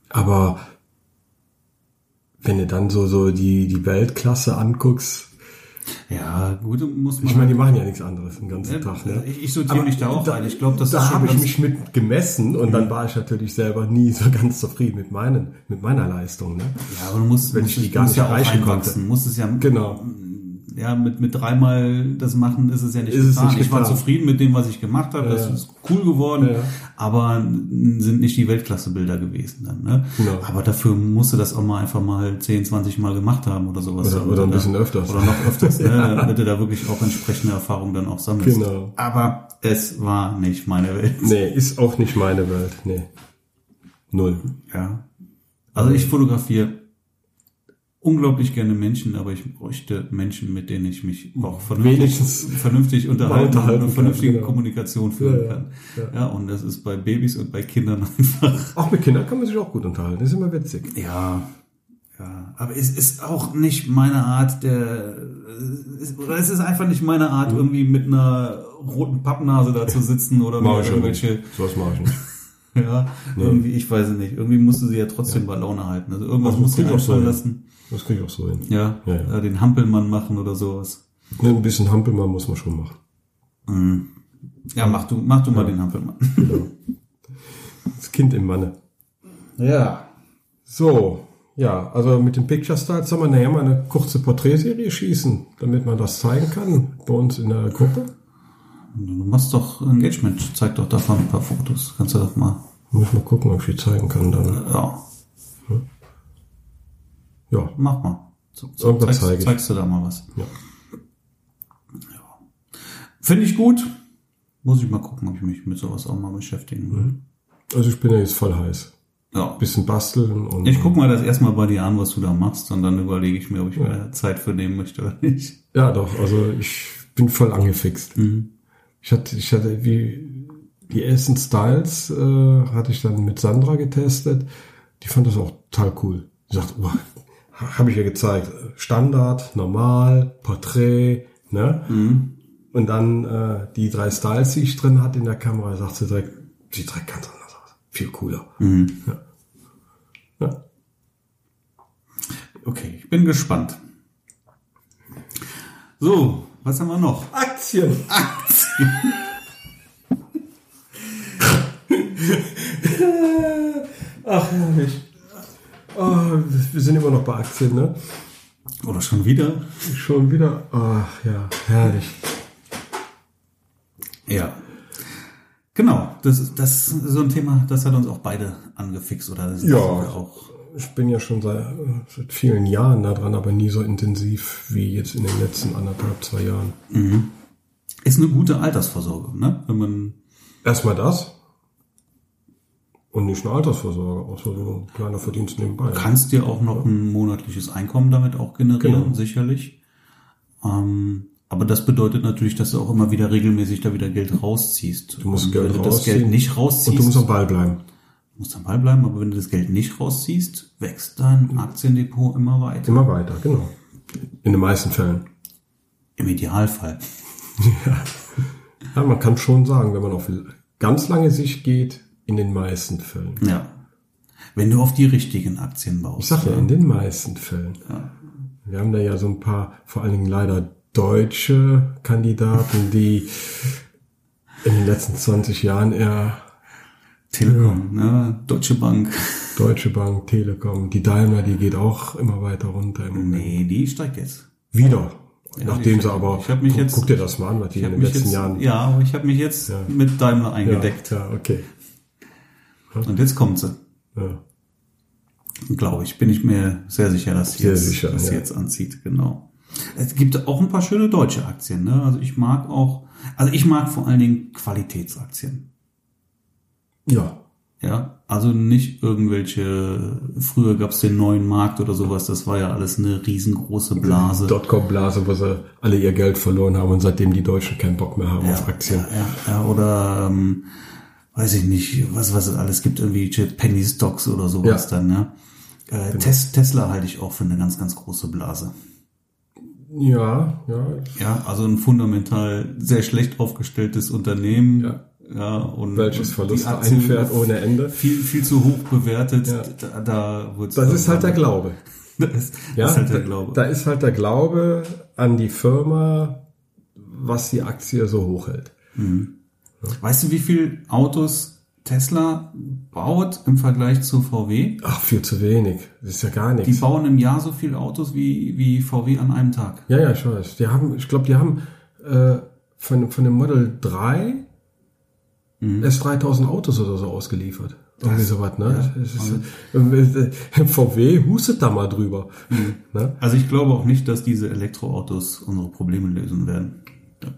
Speaker 1: Aber wenn du dann so, so die, die Weltklasse anguckst,
Speaker 2: Ja, gut, muss man.
Speaker 1: ich meine, die machen ja nichts anderes den ganzen
Speaker 2: Ja,
Speaker 1: Tag. Ne?
Speaker 2: ich- ich sortiere mich da auch rein. Ich glaub, das ist
Speaker 1: da
Speaker 2: schon
Speaker 1: habe ich
Speaker 2: ganz-
Speaker 1: mich mit gemessen und dann war ich natürlich selber nie so ganz zufrieden mit meinen, mit meiner Leistung. Ne?
Speaker 2: ja, aber du musst,
Speaker 1: Wenn
Speaker 2: musst,
Speaker 1: ich die gar
Speaker 2: musst ja
Speaker 1: nicht
Speaker 2: auch
Speaker 1: erreichen konnte.
Speaker 2: einwachsen. Musst es ja,
Speaker 1: Genau.
Speaker 2: ja mit, mit dreimal das machen, ist es ja nicht
Speaker 1: Ist es
Speaker 2: getan.
Speaker 1: nicht
Speaker 2: ich war
Speaker 1: getan.
Speaker 2: zufrieden mit dem, was ich gemacht habe. das
Speaker 1: ja.
Speaker 2: ist cool geworden,
Speaker 1: Ja, ja.
Speaker 2: aber sind nicht die Weltklasse-Bilder gewesen dann. Ne?
Speaker 1: Genau.
Speaker 2: Aber dafür musst du das auch mal einfach mal 10, 20 Mal gemacht haben oder sowas.
Speaker 1: Oder- oder ein bisschen öfters.
Speaker 2: Oder noch öfters, ne? damit du da wirklich auch entsprechende Erfahrungen dann auch sammelst.
Speaker 1: Genau.
Speaker 2: Aber es war nicht meine Welt.
Speaker 1: Nee, ist auch nicht meine Welt. Nee. Null.
Speaker 2: Ja. Also ich fotografiere unglaublich gerne Menschen, aber ich bräuchte Menschen, mit denen ich mich auch vernünftig,
Speaker 1: Wenigstens
Speaker 2: vernünftig unterhalten,
Speaker 1: unterhalten
Speaker 2: und eine
Speaker 1: kann,
Speaker 2: vernünftige
Speaker 1: genau.
Speaker 2: Kommunikation führen
Speaker 1: Ja, ja,
Speaker 2: kann. Ja,
Speaker 1: ja.
Speaker 2: und das ist bei Babys und bei Kindern einfach.
Speaker 1: Auch mit Kindern kann man sich auch gut unterhalten. Das ist immer witzig.
Speaker 2: Ja. Ja, aber es ist auch nicht meine Art der, es- oder es ist einfach nicht meine Art, irgendwie mit einer roten Pappnase da zu sitzen oder
Speaker 1: Mach
Speaker 2: mit
Speaker 1: ich ja
Speaker 2: irgendwelche
Speaker 1: nicht. Sowas mache ich nicht.
Speaker 2: Ja, irgendwie, ich weiß es nicht. Irgendwie musst du sie ja trotzdem bei Laune halten. Also irgendwas
Speaker 1: Also,
Speaker 2: musst du
Speaker 1: krieg ich auch so
Speaker 2: einfallen
Speaker 1: hin.
Speaker 2: lassen.
Speaker 1: Das kriege ich auch so hin.
Speaker 2: Ja,
Speaker 1: Ja, ja.
Speaker 2: Äh, den Hampelmann machen oder sowas.
Speaker 1: Ne, Ein bisschen Hampelmann muss man schon machen.
Speaker 2: Ja, mach du, mach du mal den Hampelmann.
Speaker 1: Genau. Das Kind im Manne.
Speaker 2: Ja.
Speaker 1: So, ja, also mit den Picture Styles soll man nachher mal eine kurze Porträtserie schießen, damit man das zeigen kann bei uns in der Gruppe.
Speaker 2: Du machst doch Engagement, zeig doch davon ein paar Fotos. Kannst du doch mal.
Speaker 1: Muss ich mal gucken, ob ich die zeigen kann dann.
Speaker 2: Ja,
Speaker 1: Ja,
Speaker 2: mach mal. So,
Speaker 1: Irgendwas zeig
Speaker 2: zeigst,
Speaker 1: ich.
Speaker 2: zeigst du da mal was.
Speaker 1: Ja.
Speaker 2: Ja. Finde ich gut. Muss ich mal gucken, ob ich mich mit sowas auch mal beschäftigen will.
Speaker 1: also ich bin ja jetzt voll heiß.
Speaker 2: Ja.
Speaker 1: Bisschen basteln und
Speaker 2: Ich guck mal das erstmal bei dir an, was du da machst, und dann überlege ich mir, ob ich mir Zeit für nehmen möchte oder nicht.
Speaker 1: ja doch, also ich bin voll angefixt. Ich hatte, ich hatte wie die ersten Styles äh, hatte ich dann mit Sandra getestet. Die fand das auch total cool. Die sagt, boah, habe ich ihr gezeigt. Standard, normal, Porträt, ne? Und dann äh, die drei Styles, die ich drin hatte in der Kamera, sagt sie direkt, sieht direkt ganz anders aus. Viel cooler. Ja. Ja.
Speaker 2: Okay, ich bin gespannt. So, was haben wir noch?
Speaker 1: Aktien! Ach, herrlich. Oh, wir sind immer noch bei Aktien, ne?
Speaker 2: Oder schon wieder?
Speaker 1: Schon wieder. Ach ja, herrlich.
Speaker 2: Ja. Genau, das ist, das ist so ein Thema, das hat uns auch beide angefixt, oder? Das
Speaker 1: Ja.
Speaker 2: sind wir Auch.
Speaker 1: Ich bin ja schon seit, äh, seit vielen Jahren da dran, aber nie so intensiv wie jetzt in den letzten anderthalb, zwei Jahren.
Speaker 2: Ist eine gute Altersvorsorge, ne? Wenn man,
Speaker 1: Erstmal das. Und nicht eine Altersvorsorge, auch so ein kleiner Verdienst nebenbei.
Speaker 2: kannst dir auch noch ein monatliches Einkommen damit auch generieren,
Speaker 1: Genau.
Speaker 2: sicherlich. Ähm, aber das bedeutet natürlich, dass du auch immer wieder regelmäßig da wieder Geld rausziehst. Du
Speaker 1: musst Geld
Speaker 2: wenn du das Geld
Speaker 1: rausziehen
Speaker 2: nicht rausziehst,
Speaker 1: Und du musst am Ball bleiben.
Speaker 2: musst am Ball bleiben, aber wenn du das Geld nicht rausziehst, wächst dein Aktiendepot immer weiter.
Speaker 1: Immer weiter, genau. In den meisten Fällen.
Speaker 2: Im Idealfall.
Speaker 1: Ja, man kann schon sagen, wenn man auf ganz lange Sicht geht, in den meisten Fällen.
Speaker 2: Ja. Wenn du auf die richtigen Aktien
Speaker 1: Ich
Speaker 2: baust.
Speaker 1: sag ja, in den meisten Fällen.
Speaker 2: Ja.
Speaker 1: Wir haben da ja so ein paar, vor allen Dingen leider deutsche Kandidaten, die in den letzten 20 Jahren eher
Speaker 2: Telekom, ne? Deutsche Bank.
Speaker 1: Deutsche Bank, Telekom, die Daimler, die geht auch immer weiter runter im Moment.
Speaker 2: Nee, die steigt jetzt.
Speaker 1: Wieder. Nachdem
Speaker 2: ich-
Speaker 1: sie aber,
Speaker 2: ich hab mich
Speaker 1: guck,
Speaker 2: jetzt-
Speaker 1: guck dir das mal an, was die
Speaker 2: Ich
Speaker 1: in
Speaker 2: hab
Speaker 1: den
Speaker 2: mich
Speaker 1: letzten
Speaker 2: jetzt,
Speaker 1: Jahren
Speaker 2: ja, aber ich habe mich jetzt mit Daimler eingedeckt.
Speaker 1: Ja, ja, okay.
Speaker 2: Und jetzt kommt sie.
Speaker 1: Ja.
Speaker 2: Glaube ich. Bin ich mir sehr sicher, dass sie
Speaker 1: Sehr
Speaker 2: jetzt,
Speaker 1: sicher,
Speaker 2: dass sie
Speaker 1: ja.
Speaker 2: jetzt anzieht. Genau. Es gibt auch ein paar schöne deutsche Aktien. Ne? Also ich mag auch, also ich mag vor allen Dingen Qualitätsaktien.
Speaker 1: ja.
Speaker 2: Ja, also nicht irgendwelche, früher gab's den neuen Markt oder sowas, das war ja alles eine riesengroße Blase.
Speaker 1: Dotcom-Blase, wo sie alle ihr Geld verloren haben und seitdem die Deutschen keinen Bock mehr haben auf Aktien.
Speaker 2: Ja, ja, oder ähm, weiß ich nicht, was was es alles gibt, irgendwie Penny Stocks oder sowas
Speaker 1: Ja. Genau.
Speaker 2: dann, ne? Äh, Tes Tesla halte ich auch für eine ganz, ganz große Blase.
Speaker 1: Ja, ja.
Speaker 2: Ja, also ein fundamental sehr schlecht aufgestelltes Unternehmen.
Speaker 1: Ja.
Speaker 2: Ja, und
Speaker 1: Welches
Speaker 2: und
Speaker 1: Verluste
Speaker 2: die Aktien
Speaker 1: einfährt ohne Ende.
Speaker 2: Viel, viel zu hoch bewertet.
Speaker 1: Ja.
Speaker 2: Da, da wird's
Speaker 1: Das ist halt der
Speaker 2: irgendwann-
Speaker 1: Glaube.
Speaker 2: Das ist, das ist halt der Glaube.
Speaker 1: Da ist halt der Glaube an die Firma, was die Aktie so hochhält.
Speaker 2: Weißt du, wie viel Autos Tesla baut im Vergleich zu VW?
Speaker 1: Ach, viel zu wenig. Das ist ja gar
Speaker 2: Die
Speaker 1: nichts.
Speaker 2: bauen im Jahr so viele Autos wie, wie VW an einem Tag.
Speaker 1: Ja, ja, ich weiß. Die haben, ich glaube, die haben äh, von, von dem Model 3
Speaker 2: Mhm.
Speaker 1: erst 3000 Autos oder so ausgeliefert. Irgendwie sowas, ne? Es ist, äh, VW hustet da mal drüber. Ne?
Speaker 2: Also ich glaube auch nicht, dass diese Elektroautos unsere Probleme lösen werden.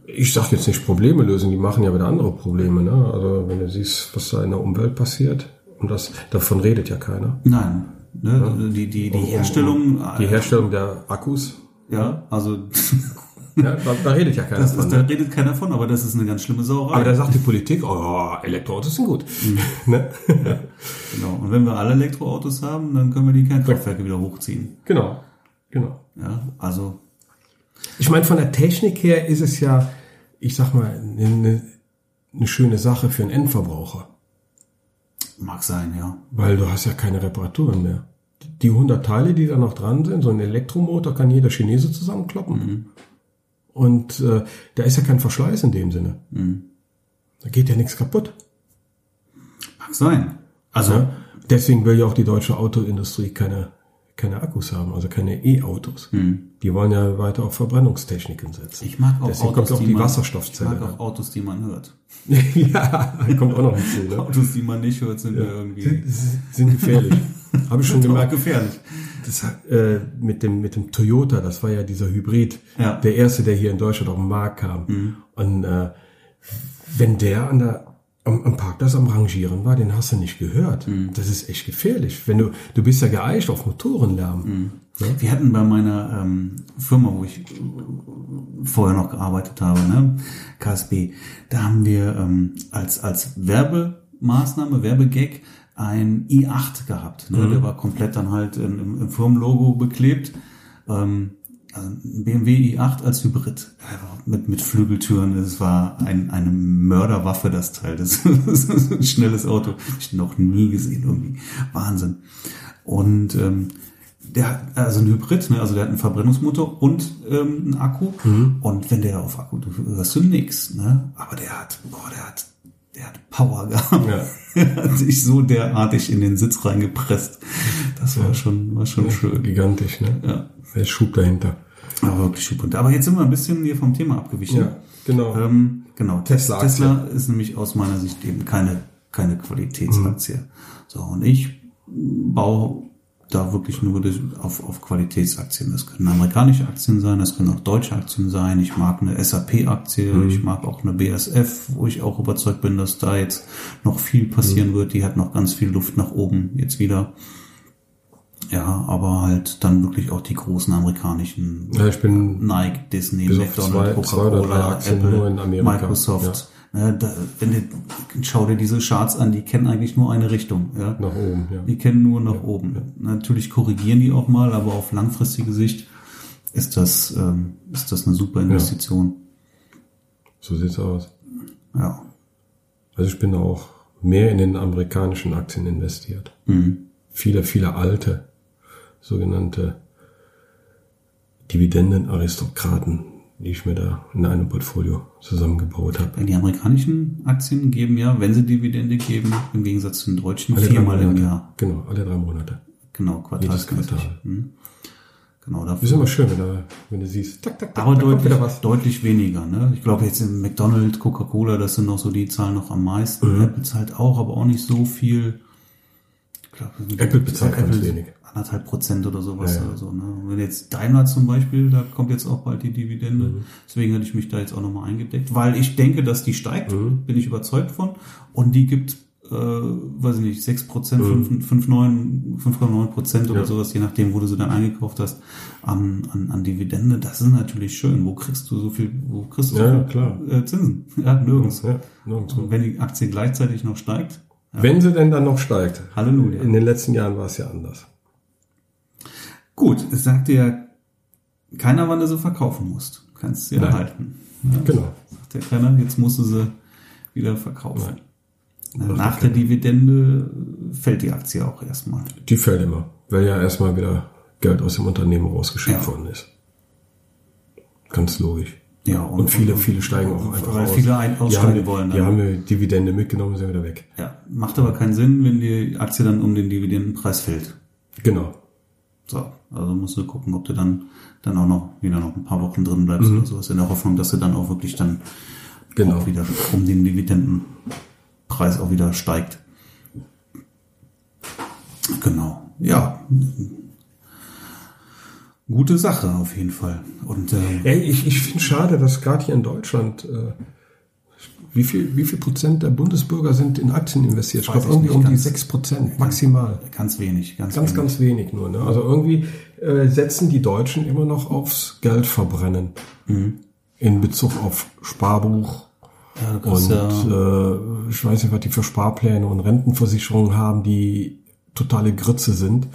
Speaker 1: Ich sag jetzt nicht Probleme lösen, die machen ja wieder andere Probleme, ne? Also wenn du siehst, was da in der Umwelt passiert, und das davon redet ja keiner.
Speaker 2: Nein. Ne? Also Die, die, die Herstellung,
Speaker 1: Die
Speaker 2: äh,
Speaker 1: Herstellung der Akkus,
Speaker 2: ja, also
Speaker 1: ja, da, da redet ja keiner
Speaker 2: das
Speaker 1: von.
Speaker 2: ist, da redet keiner von, aber das ist eine ganz schlimme Sauerei.
Speaker 1: Aber da sagt die Politik, oh, Elektroautos sind gut.
Speaker 2: Mhm.
Speaker 1: Ne?
Speaker 2: genau. Und wenn wir alle Elektroautos haben, dann können wir die Kernkraftwerke wieder hochziehen.
Speaker 1: Genau, genau.
Speaker 2: Ja, also
Speaker 1: Ich meine, von der Technik her ist es ja, ich sag mal, eine, eine schöne Sache für einen Endverbraucher,
Speaker 2: mag sein, ja.
Speaker 1: weil du hast ja keine Reparaturen mehr. Die 100 Teile, die da noch dran sind, so ein Elektromotor kann jeder Chinese zusammenkloppen.
Speaker 2: Mhm.
Speaker 1: Und äh, da ist ja kein Verschleiß in dem Sinne.
Speaker 2: Mhm.
Speaker 1: Da geht ja nichts kaputt.
Speaker 2: Mag sein. Also
Speaker 1: Ne? Deswegen will ja auch die deutsche Autoindustrie keine, keine Akkus haben, also keine E-Autos. Die wollen ja weiter auf Verbrennungstechniken setzen.
Speaker 2: Mhm. ich mag auch
Speaker 1: Deswegen
Speaker 2: Autos,
Speaker 1: kommt auch die,
Speaker 2: man,
Speaker 1: Wasserstoffzelle. ne?
Speaker 2: Ich mag auch Autos, die man hört.
Speaker 1: ja, kommt auch noch hinzu. Ne?
Speaker 2: Autos, die man nicht hört, sind ja irgendwie
Speaker 1: Sind gefährlich. Habe ich schon
Speaker 2: auch
Speaker 1: gemerkt.
Speaker 2: gefährlich.
Speaker 1: Das, hat, äh, mit, dem, mit dem Toyota, das war ja dieser Hybrid,
Speaker 2: Ja.
Speaker 1: der erste, der hier in Deutschland auf den Markt kam. Und äh, wenn der an der, am, am Parkplatz am Rangieren war, den hast du nicht gehört. Das ist echt gefährlich. Wenn du, du bist ja geeicht auf Motorenlärm. Mhm.
Speaker 2: Wir hatten bei meiner ähm, Firma, wo ich äh, vorher noch gearbeitet habe, ne? KSB, da haben wir ähm, als, als Werbemaßnahme, Werbegag, ein i8 gehabt. Ne? Der war komplett dann halt in, im, im Firmenlogo beklebt. Ähm, also ein BMW i8 als Hybrid Ja, mit, mit Flügeltüren. Es war ein, eine Mörderwaffe, das Teil. Das, das ist ein schnelles Auto. Hab Ich noch nie gesehen irgendwie. Wahnsinn. Und ähm, der hat also ein Hybrid, ne? also der hat einen Verbrennungsmotor und ähm, einen Akku. Und wenn der auf Akku, du hörst du nix, ne? Aber der hat, boah, der hat, der hat Power gehabt.
Speaker 1: Ja.
Speaker 2: Der hat sich so derartig in den Sitz reingepresst. Das war schon, war schon schön.
Speaker 1: Gigantisch, ne?
Speaker 2: Ja.
Speaker 1: Der Schub dahinter.
Speaker 2: Aber wirklich super. Aber jetzt sind wir ein bisschen hier vom Thema abgewichen.
Speaker 1: genau.
Speaker 2: Ähm, genau.
Speaker 1: Tesla Aktie.
Speaker 2: Tesla ist nämlich aus meiner Sicht eben keine, keine Qualitätsaktie. So, und ich baue da wirklich nur das- auf, auf Qualitätsaktien. Das können amerikanische Aktien sein, das können auch deutsche Aktien sein. Ich mag eine SAP-Aktie, ich mag auch eine BSF, wo ich auch überzeugt bin, dass da jetzt noch viel passieren wird. Die hat noch ganz viel Luft nach oben jetzt wieder. Ja, aber halt dann wirklich auch die großen amerikanischen
Speaker 1: Ja, ich bin
Speaker 2: Nike, Disney,
Speaker 1: Bis auf
Speaker 2: McDonald's,
Speaker 1: zwei- zwei oder drei
Speaker 2: Coca-Cola,
Speaker 1: Aktien
Speaker 2: Apple,
Speaker 1: nur in Amerika.
Speaker 2: Microsoft. Ne, da, wenn du, schau dir diese Charts an, die kennen eigentlich nur eine Richtung. Ja?
Speaker 1: nach oben, ja.
Speaker 2: Die kennen nur nach oben. Natürlich korrigieren die auch mal, aber auf langfristige Sicht ist das, ähm, ist das eine super Investition.
Speaker 1: So sieht's aus.
Speaker 2: Ja.
Speaker 1: Also ich bin auch mehr in den amerikanischen Aktien investiert.
Speaker 2: Mhm.
Speaker 1: Viele, viele alte, sogenannte Dividendenaristokraten, die ich mir da in einem Portfolio zusammengebaut habe.
Speaker 2: Die amerikanischen Aktien geben ja, wenn sie Dividende geben, im Gegensatz zu den deutschen,
Speaker 1: Alle drei
Speaker 2: viermal im
Speaker 1: Monate.
Speaker 2: Jahr.
Speaker 1: Genau, alle drei Monate.
Speaker 2: Genau,
Speaker 1: Jedes
Speaker 2: quartalsmäßig.
Speaker 1: Quartal.
Speaker 2: Mhm. Genau, dafür
Speaker 1: Ist immer schön, wenn du, wenn du siehst, tak, tak, tak,
Speaker 2: Aber
Speaker 1: da kommt
Speaker 2: deutlich,
Speaker 1: wieder was.
Speaker 2: deutlich weniger. Ne? Ich glaube jetzt in McDonald's, Coca-Cola, das sind noch so die Zahlen noch am meisten.
Speaker 1: Mhm.
Speaker 2: Apple zahlt auch, aber auch nicht so viel. Ich glaube,
Speaker 1: Apple bezahlt ganz wenig.
Speaker 2: Anderthalb Prozent oder sowas.
Speaker 1: Ja, ja.
Speaker 2: Oder so, ne? Und Wenn jetzt Daimler zum Beispiel, da kommt jetzt auch bald die Dividende.
Speaker 1: Mhm.
Speaker 2: Deswegen hatte ich mich da jetzt auch nochmal eingedeckt, weil ich denke, dass die steigt,
Speaker 1: Mhm.
Speaker 2: bin ich überzeugt von. Und die gibt, äh, weiß ich nicht, 6 Prozent, 5,9 Prozent oder
Speaker 1: Mhm. Ja.
Speaker 2: sowas, je nachdem, wo du sie dann eingekauft hast, an, an, an Dividende. Das ist natürlich schön. Wo kriegst du so viel, wo kriegst du
Speaker 1: Ja,
Speaker 2: so
Speaker 1: ja,
Speaker 2: viel
Speaker 1: klar.
Speaker 2: Äh, Zinsen? Ja, nirgends.
Speaker 1: Ja, nirgendwo.
Speaker 2: Und wenn die Aktie gleichzeitig noch steigt,
Speaker 1: Wenn sie denn dann noch steigt.
Speaker 2: Halleluja.
Speaker 1: In den letzten Jahren war es ja anders.
Speaker 2: Gut, es sagt dir ja keiner, wann du sie verkaufen musst. Kannst sie
Speaker 1: Nein.
Speaker 2: erhalten. Ja,
Speaker 1: Genau.
Speaker 2: Sagt ja keiner, jetzt musst du sie wieder verkaufen. Na,
Speaker 1: Sagt
Speaker 2: Nach
Speaker 1: ja
Speaker 2: der Dividende fällt die Aktie auch erstmal.
Speaker 1: Die fällt immer, weil ja erstmal wieder Geld aus dem Unternehmen rausgeschickt
Speaker 2: Ja.
Speaker 1: worden ist. Ganz logisch.
Speaker 2: Ja,
Speaker 1: Und, viele, viele steigen auch einfach
Speaker 2: Weil
Speaker 1: aus.
Speaker 2: viele ein-
Speaker 1: die
Speaker 2: aussteigen
Speaker 1: haben,
Speaker 2: wollen.
Speaker 1: Die
Speaker 2: dann.
Speaker 1: haben eine Dividende mitgenommen, sind wieder weg.
Speaker 2: Ja, macht aber keinen Sinn, wenn die Aktie dann um den Dividendenpreis fällt.
Speaker 1: Genau.
Speaker 2: So, also musst du gucken, ob du dann, dann auch noch wieder noch ein paar Wochen drin bleibst oder sowas, in der Hoffnung, dass du dann auch wirklich dann
Speaker 1: Genau.
Speaker 2: auch wieder um den Dividendenpreis auch wieder steigt. Genau. Ja. Gute Sache auf jeden Fall. Und äh,
Speaker 1: Ey, ich, ich finde schade, dass gerade hier in Deutschland, äh, Wie viel, wie viel Prozent der Bundesbürger sind in Aktien investiert? Ich
Speaker 2: Weiß
Speaker 1: glaube,
Speaker 2: ich
Speaker 1: irgendwie
Speaker 2: nicht
Speaker 1: um die
Speaker 2: ganz.
Speaker 1: sechs Prozent maximal.
Speaker 2: Ganz wenig, ganz,
Speaker 1: Ganz,
Speaker 2: wenig.
Speaker 1: ganz wenig nur. Ne? Also irgendwie äh, setzen die Deutschen immer noch aufs Geld verbrennen. Mhm. In Bezug auf Sparbuch
Speaker 2: Ja, du kannst
Speaker 1: und
Speaker 2: ja,
Speaker 1: äh, ich weiß nicht, was die für Sparpläne und Rentenversicherungen haben, die totale Grütze sind.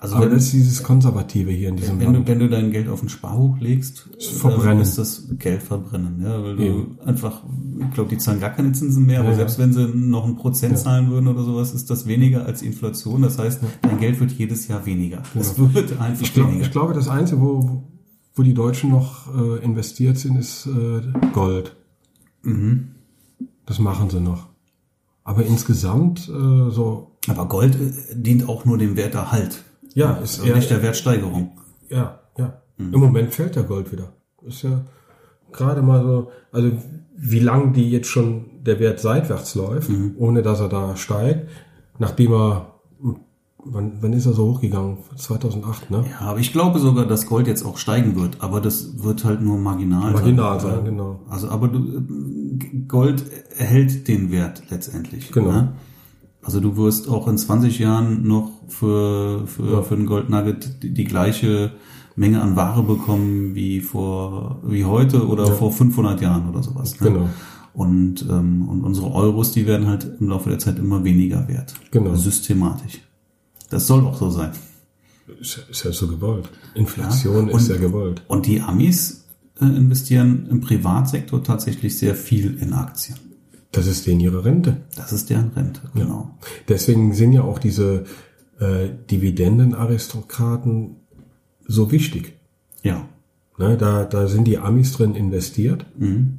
Speaker 2: also
Speaker 1: Aber
Speaker 2: wenn,
Speaker 1: das ist dieses Konservative hier in diesem
Speaker 2: wenn,
Speaker 1: Land.
Speaker 2: du, wenn du dein Geld auf ein Sparbuch legst,
Speaker 1: verbrennen.
Speaker 2: dann ist das Geld verbrennen. Ja, weil du einfach, ich glaube, die zahlen gar keine Zinsen mehr, aber
Speaker 1: Ja, ja.
Speaker 2: selbst wenn sie noch ein Prozent zahlen würden oder sowas, ist das weniger als Inflation. Das heißt, dein Geld wird jedes Jahr weniger. Es wird einfach
Speaker 1: Ich, glaub,
Speaker 2: weniger.
Speaker 1: ich glaube, das Einzige, wo, wo die Deutschen noch äh, investiert sind, ist äh, Gold.
Speaker 2: Mhm.
Speaker 1: Das machen sie noch. Aber insgesamt äh, so,
Speaker 2: aber Gold äh, dient auch nur dem Werterhalt.
Speaker 1: Ja, ist
Speaker 2: und
Speaker 1: eher-
Speaker 2: nicht der Wertsteigerung.
Speaker 1: ja, ja. Im Moment fällt der Gold wieder. Ist ja gerade mal so, also wie lang die jetzt schon der Wert seitwärts läuft, ohne dass er da steigt, nachdem er, wann, wann ist er so hochgegangen? 2008, ne?
Speaker 2: Ja, aber ich glaube sogar, dass Gold jetzt auch steigen wird, aber das wird halt nur marginal.
Speaker 1: Marginal sein, genau.
Speaker 2: Also, aber du, äh, Gold erhält den Wert letztendlich.
Speaker 1: Genau.
Speaker 2: ne? Also du wirst auch in 20 Jahren noch für, für, für einen Gold Nugget die, die gleiche Menge an Ware bekommen wie vor, wie heute oder vor 500 Jahren oder sowas. ne?
Speaker 1: Genau.
Speaker 2: Und, ähm, und unsere Euros, die werden halt im Laufe der Zeit immer weniger wert.
Speaker 1: Genau.
Speaker 2: Systematisch. Das soll auch so sein.
Speaker 1: Ist, ist ja so gewollt. Inflation
Speaker 2: Ja,
Speaker 1: ist
Speaker 2: und-
Speaker 1: ja gewollt.
Speaker 2: Und die Amis äh, investieren im Privatsektor tatsächlich sehr viel in Aktien.
Speaker 1: Das ist denen ihre Rente.
Speaker 2: Das ist deren Rente, genau.
Speaker 1: Deswegen sind ja auch diese äh, Dividendenaristokraten so wichtig.
Speaker 2: Ja.
Speaker 1: Ne? Da, da sind die Amis drin investiert,
Speaker 2: Mhm,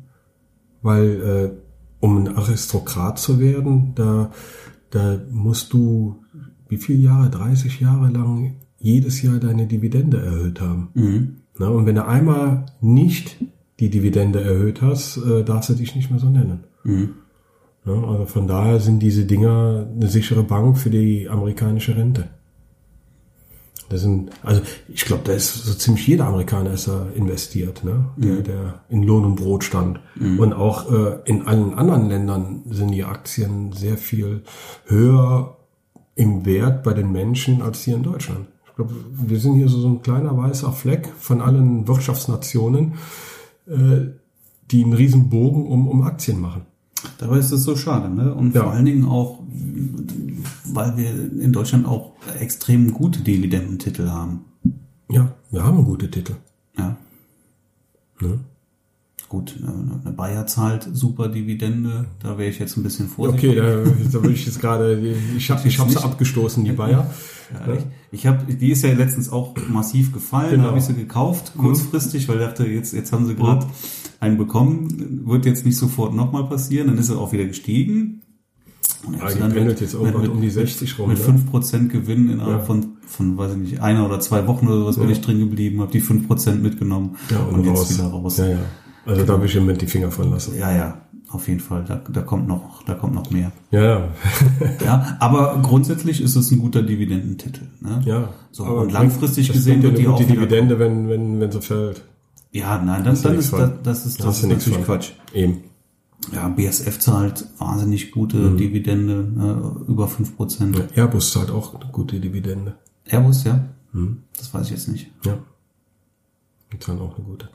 Speaker 1: weil äh, um ein Aristokrat zu werden, da, da musst du wie viele Jahre, 30 Jahre lang jedes Jahr deine Dividende erhöht haben.
Speaker 2: mhm.
Speaker 1: Ne? Und wenn du einmal nicht die Dividende erhöht hast, äh, darfst du dich nicht mehr so nennen. Ne, also von daher sind diese Dinger eine sichere Bank für die amerikanische Rente. Das sind, also ich glaube, da ist so ziemlich jeder Amerikaner ist da investiert, ne? der, der in Lohn und Brot stand. Und auch äh, in allen anderen Ländern sind die Aktien sehr viel höher im Wert bei den Menschen als hier in Deutschland. Ich glaube, wir sind hier so, so ein kleiner weißer Fleck von allen Wirtschaftsnationen, äh, die einen riesen Bogen um, um Aktien machen.
Speaker 2: Dabei ist es so schade, ne? Und
Speaker 1: Ja.
Speaker 2: vor allen Dingen auch, weil wir in Deutschland auch extrem gute Dividendentitel haben.
Speaker 1: Ja, wir haben gute Titel.
Speaker 2: Ja. Gut, eine eine Bayer zahlt super Dividende, da wäre ich jetzt ein bisschen vorsichtig.
Speaker 1: Okay, da, da bin ich jetzt gerade, ich habe ich hab sie abgestoßen, die Bayer.
Speaker 2: Ja, ich ich habe, die ist ja letztens auch massiv gefallen,
Speaker 1: Genau.
Speaker 2: da habe ich sie gekauft, kurzfristig, weil ich dachte, jetzt, jetzt haben sie gerade
Speaker 1: Mhm.
Speaker 2: einen bekommen, wird jetzt nicht sofort nochmal passieren, dann ist sie auch wieder gestiegen. Und
Speaker 1: Ja, Ah,
Speaker 2: ich hab sie
Speaker 1: die
Speaker 2: Also dann
Speaker 1: pendelt jetzt irgendwann um die 60 rum,
Speaker 2: Mit
Speaker 1: ne?
Speaker 2: 5% Gewinn innerhalb
Speaker 1: Ja.
Speaker 2: von, von, weiß ich nicht, einer oder zwei Wochen oder sowas bin ich drin geblieben, habe die 5% mitgenommen und, jetzt wieder raus.
Speaker 1: Ja, ja. Also da will ich im Moment die Finger von lassen.
Speaker 2: ja, ja, auf jeden Fall, da, da kommt noch, da kommt noch mehr.
Speaker 1: Ja, ja.
Speaker 2: Ja, aber grundsätzlich ist es ein guter Dividendentitel. Ne?
Speaker 1: ja.
Speaker 2: So, und langfristig gesehen wird
Speaker 1: die
Speaker 2: die
Speaker 1: gute
Speaker 2: auch wieder
Speaker 1: Dividende, wenn, wenn, wenn sie fällt.
Speaker 2: Ja, nein, dann,
Speaker 1: du
Speaker 2: dann
Speaker 1: nichts
Speaker 2: ist
Speaker 1: von.
Speaker 2: das, das ist, das
Speaker 1: Hast
Speaker 2: ist
Speaker 1: du nichts
Speaker 2: natürlich
Speaker 1: von.
Speaker 2: Quatsch.
Speaker 1: Eben.
Speaker 2: Ja, BSF zahlt wahnsinnig gute
Speaker 1: Mhm.
Speaker 2: Dividende, ne, über 5%.
Speaker 1: Airbus zahlt auch eine gute Dividende.
Speaker 2: Airbus, ja?
Speaker 1: Mhm.
Speaker 2: Das weiß ich jetzt nicht.
Speaker 1: Ja. Die zahlen auch eine gute.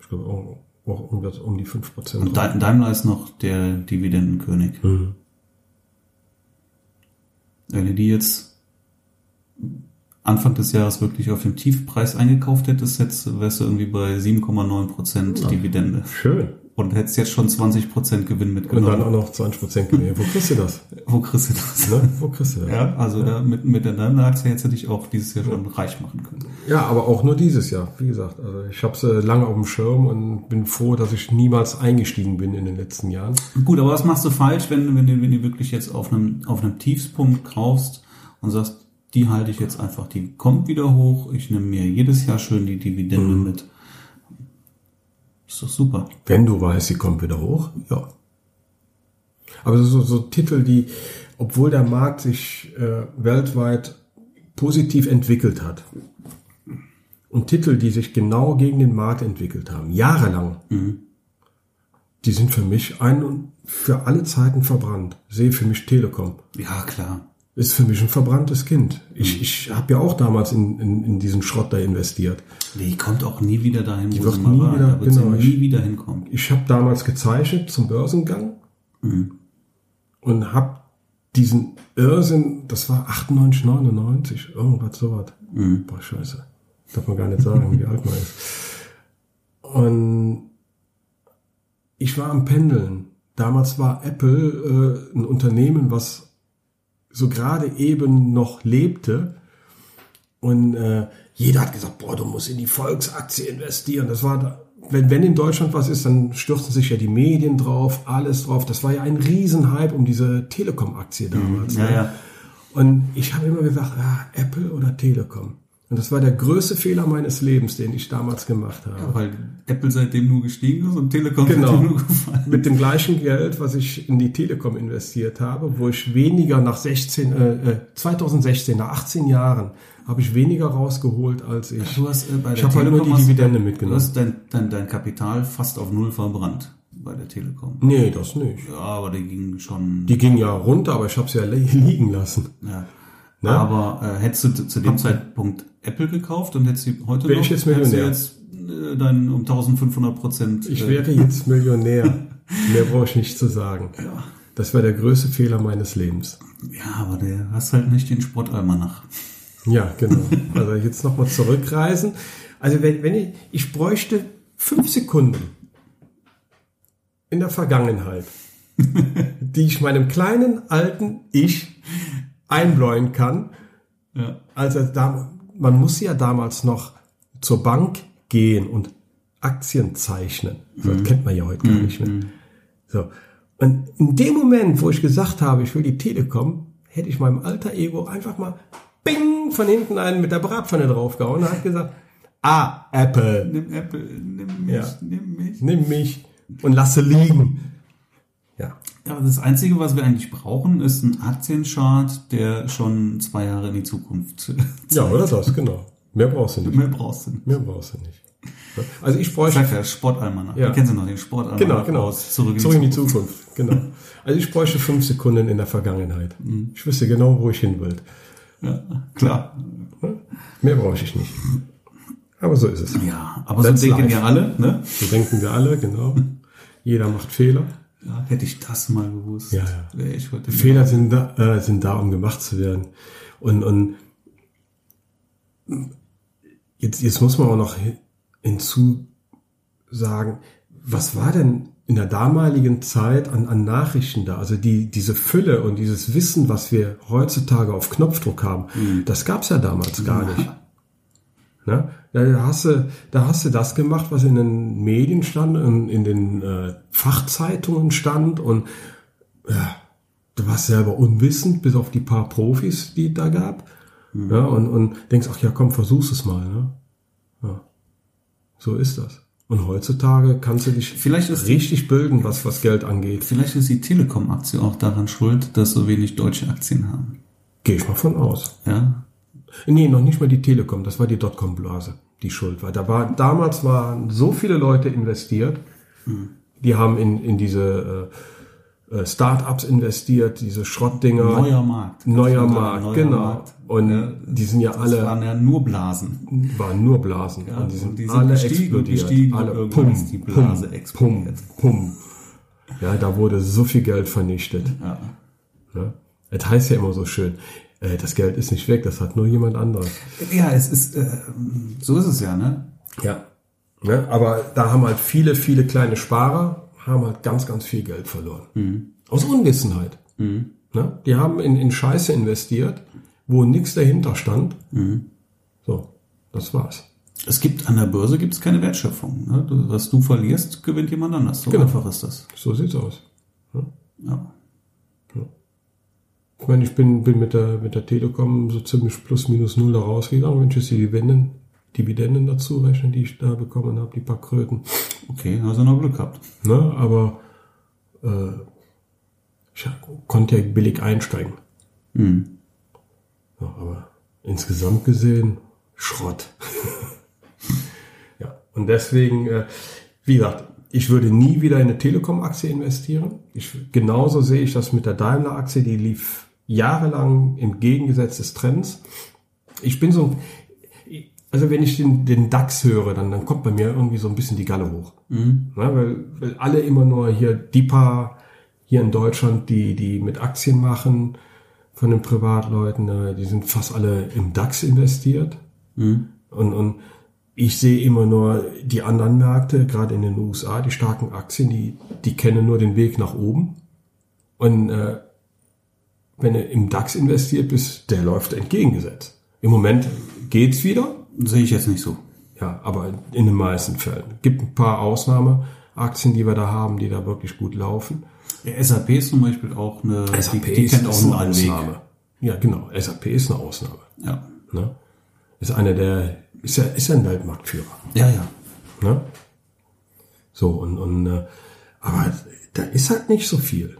Speaker 1: Ich glaube auch, auch irgendwas um die 5%.
Speaker 2: Und
Speaker 1: drauf.
Speaker 2: Da- Daimler ist noch der Dividendenkönig.
Speaker 1: Mhm.
Speaker 2: Wenn du die jetzt Anfang des Jahres wirklich auf dem Tiefpreis eingekauft hättest, jetzt wärst du irgendwie bei 7,9% Dividende.
Speaker 1: Schön.
Speaker 2: Und hättest jetzt schon 20% Gewinn
Speaker 1: Und dann
Speaker 2: mitgenommen.
Speaker 1: auch noch 20% Gewinn. Wo kriegst du das?
Speaker 2: Wo kriegst du das?
Speaker 1: Ne? Wo kriegst du das?
Speaker 2: Ja, also Da, mit, mit der Daimler-Aktie hättest du dich auch dieses Jahr schon reich machen können.
Speaker 1: Ja, aber auch nur dieses Jahr, wie gesagt. Also ich habe sie lange auf dem Schirm und bin froh, dass ich niemals eingestiegen bin in den letzten Jahren.
Speaker 2: Gut, aber was machst du falsch, wenn, wenn, du, wenn du wirklich jetzt auf einem, auf einem Tiefspunkt kaufst und sagst, die halte ich jetzt einfach, die kommt wieder hoch, ich nehme mir jedes Jahr schön die Dividende
Speaker 1: Mhm.
Speaker 2: mit. Ist doch super.
Speaker 1: Wenn du weißt, sie kommt wieder hoch, ja. Aber so, so Titel, die, obwohl der Markt sich äh, weltweit positiv entwickelt hat und Titel, die sich genau gegen den Markt entwickelt haben, jahrelang, die sind für mich ein und für alle Zeiten verbrannt. Sehe für mich Telekom.
Speaker 2: Ja, klar.
Speaker 1: Ist für mich ein verbranntes Kind. Ich, ich habe ja auch damals in, in, in diesen Schrott da investiert.
Speaker 2: Die kommt auch nie wieder dahin,
Speaker 1: Die wird nie wieder-
Speaker 2: Da wird
Speaker 1: genau,
Speaker 2: sie nie
Speaker 1: ich-
Speaker 2: wieder hinkommen.
Speaker 1: Ich habe damals gezeichnet zum Börsengang und habe diesen Irrsinn, das war 98, 99, irgendwas sowas. Boah, scheiße. Darf man gar nicht sagen, wie alt man ist. Und ich war am Pendeln. Damals war Apple äh, ein Unternehmen, was so gerade eben noch lebte. Und äh, jeder hat gesagt, boah, du musst in die Volksaktie investieren. Das war, da, wenn, wenn in Deutschland was ist, dann stürzen sich ja die Medien drauf, alles drauf. Das war ja ein Riesenhype um diese Telekom-Aktie damals.
Speaker 2: Mhm, Ja,
Speaker 1: ne?
Speaker 2: ja.
Speaker 1: Und ich habe immer gesagt, ah, Apple oder Telekom. Und das war der größte Fehler meines Lebens, den ich damals gemacht habe.
Speaker 2: Weil Apple seitdem nur gestiegen ist und Telekom
Speaker 1: Genau.
Speaker 2: seitdem nur gefallen.
Speaker 1: Mit dem gleichen Geld, was ich in die Telekom investiert habe, wo ich weniger nach 16, äh, äh, 2016, nach 18 Jahren, habe ich weniger rausgeholt, als ich.
Speaker 2: Du hast äh, bei
Speaker 1: Ich
Speaker 2: der
Speaker 1: hab halt immer die
Speaker 2: hast-
Speaker 1: Dividende
Speaker 2: Du
Speaker 1: mitgenommen.
Speaker 2: hast dein, dein, dein Kapital fast auf null verbrannt bei der Telekom.
Speaker 1: Nee, das nicht.
Speaker 2: Ja, aber die ging schon.
Speaker 1: Die ging ja runter, aber ich habe sie ja li- liegen lassen.
Speaker 2: ja.
Speaker 1: Ne?
Speaker 2: Aber äh, hättest du zu dem Zeitpunkt Apple gekauft und hättest sie heute
Speaker 1: Wär
Speaker 2: noch,
Speaker 1: ich jetzt
Speaker 2: hättest du
Speaker 1: Millionär.
Speaker 2: jetzt äh, dann um 1500 Prozent. äh,
Speaker 1: Ich wäre jetzt Millionär. Äh, Mehr brauche ich nicht zu sagen. Das war der größte Fehler meines Lebens.
Speaker 2: ja, aber der hast halt nicht den Sportalmanach.
Speaker 1: Ja, genau. Also jetzt nochmal zurückreisen. Also wenn, wenn ich, ich bräuchte fünf Sekunden in der Vergangenheit, die ich meinem kleinen alten Ich einbläuen kann.
Speaker 2: Ja.
Speaker 1: Als er Also da, man muss ja damals noch zur Bank gehen und Aktien zeichnen. So, Das kennt man ja heute gar nicht mehr. So. Und in dem Moment, wo ich gesagt habe, ich will die Telekom, hätte ich meinem alter Ego einfach mal bing von hinten einen mit der Bratpfanne draufgehauen und hat gesagt, ah, Apple,
Speaker 2: Nimm Apple, nimm mich,
Speaker 1: Ja.
Speaker 2: nimm mich.
Speaker 1: nimm mich und lasse liegen. Ja.
Speaker 2: Ja, aber das Einzige, was wir eigentlich brauchen, ist ein Aktienchart, der schon zwei Jahre in die Zukunft.
Speaker 1: Ja, oder das, genau. Mehr brauchst du nicht.
Speaker 2: Mehr brauchst du nicht.
Speaker 1: Mehr brauchst du nicht. Also ich bräuchte
Speaker 2: Sag ja, Sportalmanach.
Speaker 1: Ja.
Speaker 2: Ja. Kennst du noch den Sportalmanach?
Speaker 1: Genau, genau.
Speaker 2: Aus Zurück in die
Speaker 1: die Zukunft. Genau. Also ich bräuchte fünf Sekunden in der Vergangenheit.
Speaker 2: Mhm.
Speaker 1: Ich wüsste genau, wo ich hin will.
Speaker 2: Ja, klar.
Speaker 1: Mehr brauche ich nicht. Aber so ist es.
Speaker 2: Ja, aber
Speaker 1: That's
Speaker 2: so denken
Speaker 1: life.
Speaker 2: ja alle, ne?
Speaker 1: So denken wir alle, genau. Jeder macht Fehler.
Speaker 2: Ja, hätte ich das mal gewusst,
Speaker 1: Ja, ja.
Speaker 2: wäre ich heute
Speaker 1: Fehler sind da, äh, sind da, um gemacht zu werden. Und, und jetzt, jetzt muss man auch noch hin- hinzu sagen, was war denn in der damaligen Zeit an, an Nachrichten da? Also die, diese Fülle und dieses Wissen, was wir heutzutage auf Knopfdruck haben, das gab's ja damals gar nicht. Ne? Da, hast du, da hast du das gemacht, was in den Medien stand, in, in den äh, Fachzeitungen stand und du warst selber unwissend, bis auf die paar Profis, die es da gab. Ja, und, und denkst, ach ja, komm, versuch's es mal. Ne? Ja. So ist das. Und heutzutage kannst du dich
Speaker 2: Vielleicht ist-
Speaker 1: richtig bilden, was, was Geld angeht.
Speaker 2: Vielleicht ist die Telekom-Aktie auch daran schuld, dass so wenig deutsche Aktien haben.
Speaker 1: Gehe ich mal von aus.
Speaker 2: Ja,
Speaker 1: Nee, noch nicht mal die Telekom, das war die Dotcom-Blase, die schuld war. Da war. Damals waren so viele Leute investiert,
Speaker 2: Mhm.
Speaker 1: die haben in, in diese äh, äh, Start-ups investiert, diese Schrottdinger.
Speaker 2: neuer Markt.
Speaker 1: Neuer
Speaker 2: Das war
Speaker 1: Markt,
Speaker 2: neuer
Speaker 1: genau.
Speaker 2: Markt.
Speaker 1: Und die sind ja
Speaker 2: Das
Speaker 1: alle
Speaker 2: waren ja nur Blasen.
Speaker 1: waren nur Blasen.
Speaker 2: Ja,
Speaker 1: und die sind,
Speaker 2: und die sind
Speaker 1: alle
Speaker 2: gestiegen,
Speaker 1: explodiert.
Speaker 2: gestiegen und
Speaker 1: alle
Speaker 2: irgendwann ist die Blase
Speaker 1: pum,
Speaker 2: explodiert.
Speaker 1: Pum, pum. Ja, da wurde so viel Geld vernichtet.
Speaker 2: Ja.
Speaker 1: Ne? Es heißt ja immer so schön, äh, das Geld ist nicht weg, das hat nur jemand anderes.
Speaker 2: ja, es ist, äh, so ist es ja, ne?
Speaker 1: Ja. Ne? Aber da haben halt viele, viele kleine Sparer, haben halt ganz, ganz viel Geld verloren. Aus Unwissenheit. Ne? Die haben in, in Scheiße investiert, wo nichts dahinter stand. So, das war's.
Speaker 2: Es gibt an der Börse gibt's keine Wertschöpfung. Ne? Du- Was du verlierst, gewinnt jemand anders. So
Speaker 1: Genau.
Speaker 2: einfach ist das.
Speaker 1: So sieht's aus.
Speaker 2: Ja.
Speaker 1: Ich meine, ich bin, bin mit, der, mit der Telekom so ziemlich plus minus null da rausgegangen, wenn ich jetzt die Dividenden, Dividenden dazu rechne, die ich da bekommen habe, die paar Kröten.
Speaker 2: Okay, hast du noch Glück gehabt.
Speaker 1: Ne? Aber äh, ich konnte ja billig einsteigen. Ja, aber insgesamt gesehen, Schrott. ja, und deswegen, äh, wie gesagt, ich würde nie wieder in eine Telekom-Aktie investieren. Ich, genauso sehe ich das mit der Daimler-Aktie, die lief jahrelang im Gegensatz des Trends. Ich bin so, also wenn ich den, den DAX höre, dann, dann kommt bei mir irgendwie so ein bisschen die Galle hoch.
Speaker 2: Mhm.
Speaker 1: Ne, weil, weil alle immer nur hier die paar hier in Deutschland, die, die mit Aktien machen von den Privatleuten, ne, die sind fast alle im DAX investiert.
Speaker 2: Mhm.
Speaker 1: Und, und ich sehe immer nur die anderen Märkte, gerade in den USA, die starken Aktien, die, die kennen nur den Weg nach oben. Und äh, wenn du im DAX investiert bist, der läuft entgegengesetzt. Im Moment geht's wieder,
Speaker 2: Sehe ich jetzt nicht so.
Speaker 1: ja, aber in den meisten Fällen. Gibt ein paar Ausnahmeaktien, die wir da haben, die da wirklich gut laufen.
Speaker 2: Ja, SAP ist zum Beispiel auch eine, die, die kennt auch einen anderen Weg.
Speaker 1: Ja, genau. SAP ist eine Ausnahme.
Speaker 2: Ja.
Speaker 1: Ne? Ist einer der, ist ja, ist ja ein Weltmarktführer.
Speaker 2: ja, ja.
Speaker 1: Ne? So, und, und äh, aber da ist halt nicht so viel.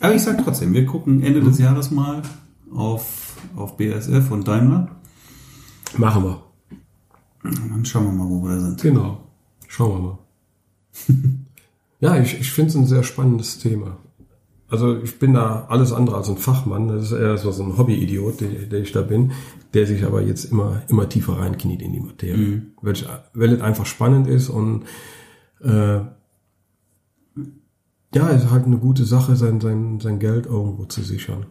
Speaker 2: Aber ich sag trotzdem, wir gucken Ende des Jahres mal auf, auf BASF und Daimler.
Speaker 1: Machen wir.
Speaker 2: Und dann schauen wir mal, wo wir da sind.
Speaker 1: Genau. Schauen wir mal. ja, ich, ich finde es ein sehr spannendes Thema. Also ich bin da alles andere als ein Fachmann. Das ist eher so so ein Hobby-Idiot, der, der ich da bin, der sich aber jetzt immer, immer tiefer reinkniet in die Materie. Welch, weil es einfach spannend ist und äh, ja, es ist halt eine gute Sache, sein, sein, sein Geld irgendwo zu sichern.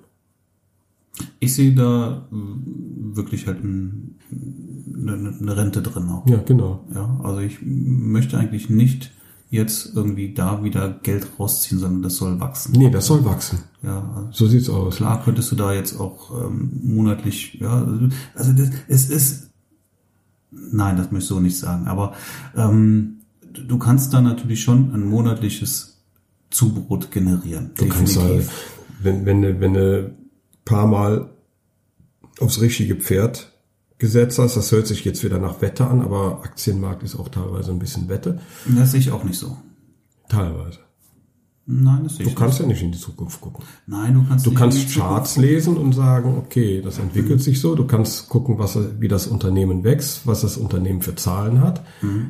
Speaker 2: Ich sehe da mm, wirklich halt ein, eine, eine Rente drin auch.
Speaker 1: Ja, genau.
Speaker 2: Ja, also ich möchte eigentlich nicht jetzt irgendwie da wieder Geld rausziehen, sondern das soll wachsen.
Speaker 1: Nee, das soll wachsen.
Speaker 2: Ja, also
Speaker 1: So sieht's aus.
Speaker 2: klar könntest du da jetzt auch ähm, monatlich, ja, also das, es ist, nein, das möchte ich so nicht sagen, aber ähm, du kannst da natürlich schon ein monatliches Zubrot generieren.
Speaker 1: Du kannst halt, wenn, wenn, du- wenn du ein paar Mal aufs richtige Pferd gesetzt hast, das hört sich jetzt wieder nach Wette an, aber Aktienmarkt ist auch teilweise ein bisschen Wette.
Speaker 2: Das sehe ich auch nicht so.
Speaker 1: Teilweise.
Speaker 2: Nein, das sehe
Speaker 1: Du
Speaker 2: ich nicht.
Speaker 1: kannst ja nicht in die Zukunft gucken.
Speaker 2: Nein, du kannst
Speaker 1: Du
Speaker 2: nicht in
Speaker 1: kannst
Speaker 2: die Zukunft-
Speaker 1: Charts lesen und sagen, okay, das entwickelt sich so. Du kannst gucken, was, wie das Unternehmen wächst, was das Unternehmen für Zahlen hat.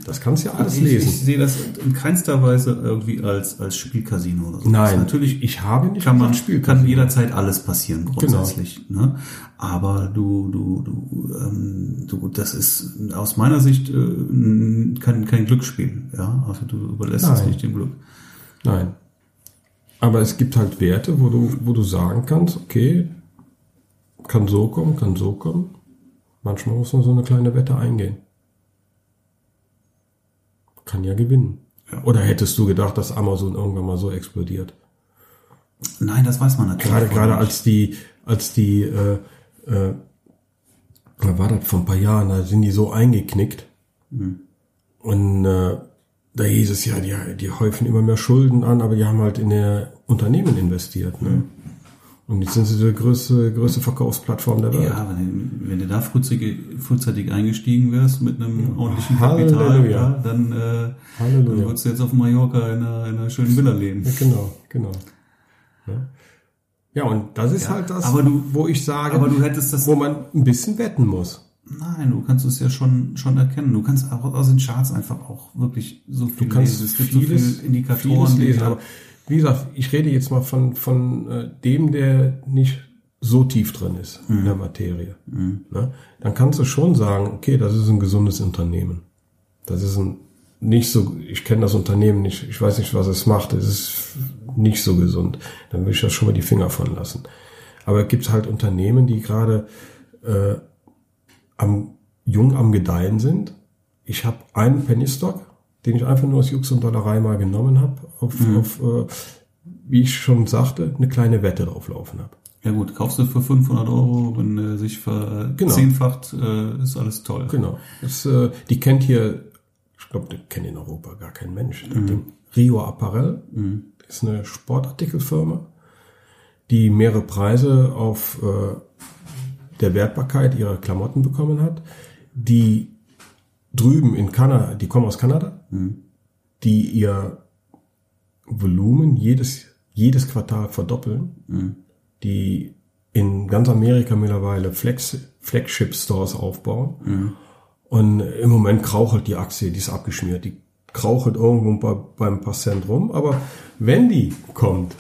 Speaker 1: Das kannst du ja alles
Speaker 2: Ich, ich
Speaker 1: lesen.
Speaker 2: sehe Mhm. das in keinster Weise irgendwie als, als Spielcasino oder so. Das
Speaker 1: Nein,
Speaker 2: ist Natürlich
Speaker 1: ich habe nicht
Speaker 2: kann man
Speaker 1: gesagt, Spiel-
Speaker 2: kann jederzeit alles passieren
Speaker 1: Genau.
Speaker 2: grundsätzlich. Ne? Aber du du du ähm, du das ist aus meiner Sicht äh, n- kein kein Glücksspiel. Ja, also du überlässt es
Speaker 1: Nein.
Speaker 2: nicht dem Glück.
Speaker 1: Nein. Aber es gibt halt Werte, wo du, wo du sagen kannst, okay, kann so kommen, kann so kommen. Manchmal muss man so eine kleine Wette eingehen. Kann ja gewinnen.
Speaker 2: Ja.
Speaker 1: Oder hättest du gedacht, dass Amazon irgendwann mal so explodiert?
Speaker 2: Nein, das weiß man natürlich.
Speaker 1: Gerade,
Speaker 2: vorher
Speaker 1: gerade
Speaker 2: nicht.
Speaker 1: als die, als die, äh, äh, da war das vor ein paar Jahren, da sind die so eingeknickt.
Speaker 2: Mhm.
Speaker 1: Und äh, da hieß es ja, die, die häufen immer mehr Schulden an, aber die haben halt in der Unternehmen investiert. Ne?
Speaker 2: Mhm.
Speaker 1: Und jetzt sind sie die größte, größte Verkaufsplattform der Welt.
Speaker 2: ja, wenn, wenn du da frühzeitig, frühzeitig eingestiegen wärst mit einem ordentlichen Kapital,
Speaker 1: Halleluja.
Speaker 2: ja, dann, äh, dann
Speaker 1: Halleluja.
Speaker 2: würdest du jetzt auf Mallorca in einer, in einer schönen Villa leben.
Speaker 1: Ja, genau, genau. Ne? Ja, und das ist halt das,
Speaker 2: aber du-
Speaker 1: wo ich sage,
Speaker 2: Aber du hättest das
Speaker 1: wo man ein bisschen wetten muss.
Speaker 2: Nein, du kannst es ja schon, schon erkennen. Du kannst auch aus den Charts einfach auch wirklich so viel
Speaker 1: Du kannst
Speaker 2: lesen. Es gibt
Speaker 1: vieles,
Speaker 2: so viele Indikatoren.
Speaker 1: vieles
Speaker 2: die
Speaker 1: lesen.
Speaker 2: da-
Speaker 1: Aber wie gesagt, ich rede jetzt mal von, von äh, dem, der nicht so tief drin ist
Speaker 2: Mhm.
Speaker 1: in der Materie. Ne? Dann kannst du schon sagen, okay, das ist ein gesundes Unternehmen. Das ist ein nicht so, ich kenne das Unternehmen nicht, ich weiß nicht, was es macht, es ist nicht so gesund. Dann würde ich das schon mal die Finger von lassen. Aber es gibt halt Unternehmen, die gerade äh, am jung am Gedeihen sind. Ich habe einen Penny Stock, den ich einfach nur aus Jux und Dollerei mal genommen habe, auf, auf äh, wie ich schon sagte, eine kleine Wette drauflaufen habe.
Speaker 2: ja gut, kaufst du für 500 Euro, wenn äh, sich verzehnfacht, äh, ist alles toll.
Speaker 1: Genau. Das, äh, die kennt hier, ich glaube, die kennt in Europa gar kein Mensch. Das Ding. Rio Apparel ist eine Sportartikelfirma, die mehrere Preise auf äh, der Wertbarkeit ihrer Klamotten bekommen hat, die drüben in Kanada, die kommen aus Kanada, die ihr Volumen jedes, jedes Quartal verdoppeln, die in ganz Amerika mittlerweile Flex, Flagship-Stores aufbauen. Und im Moment krauchelt die Aktie, die ist abgeschmiert. Die krauchelt irgendwo bei, beim Patient rum. Aber wenn die kommt,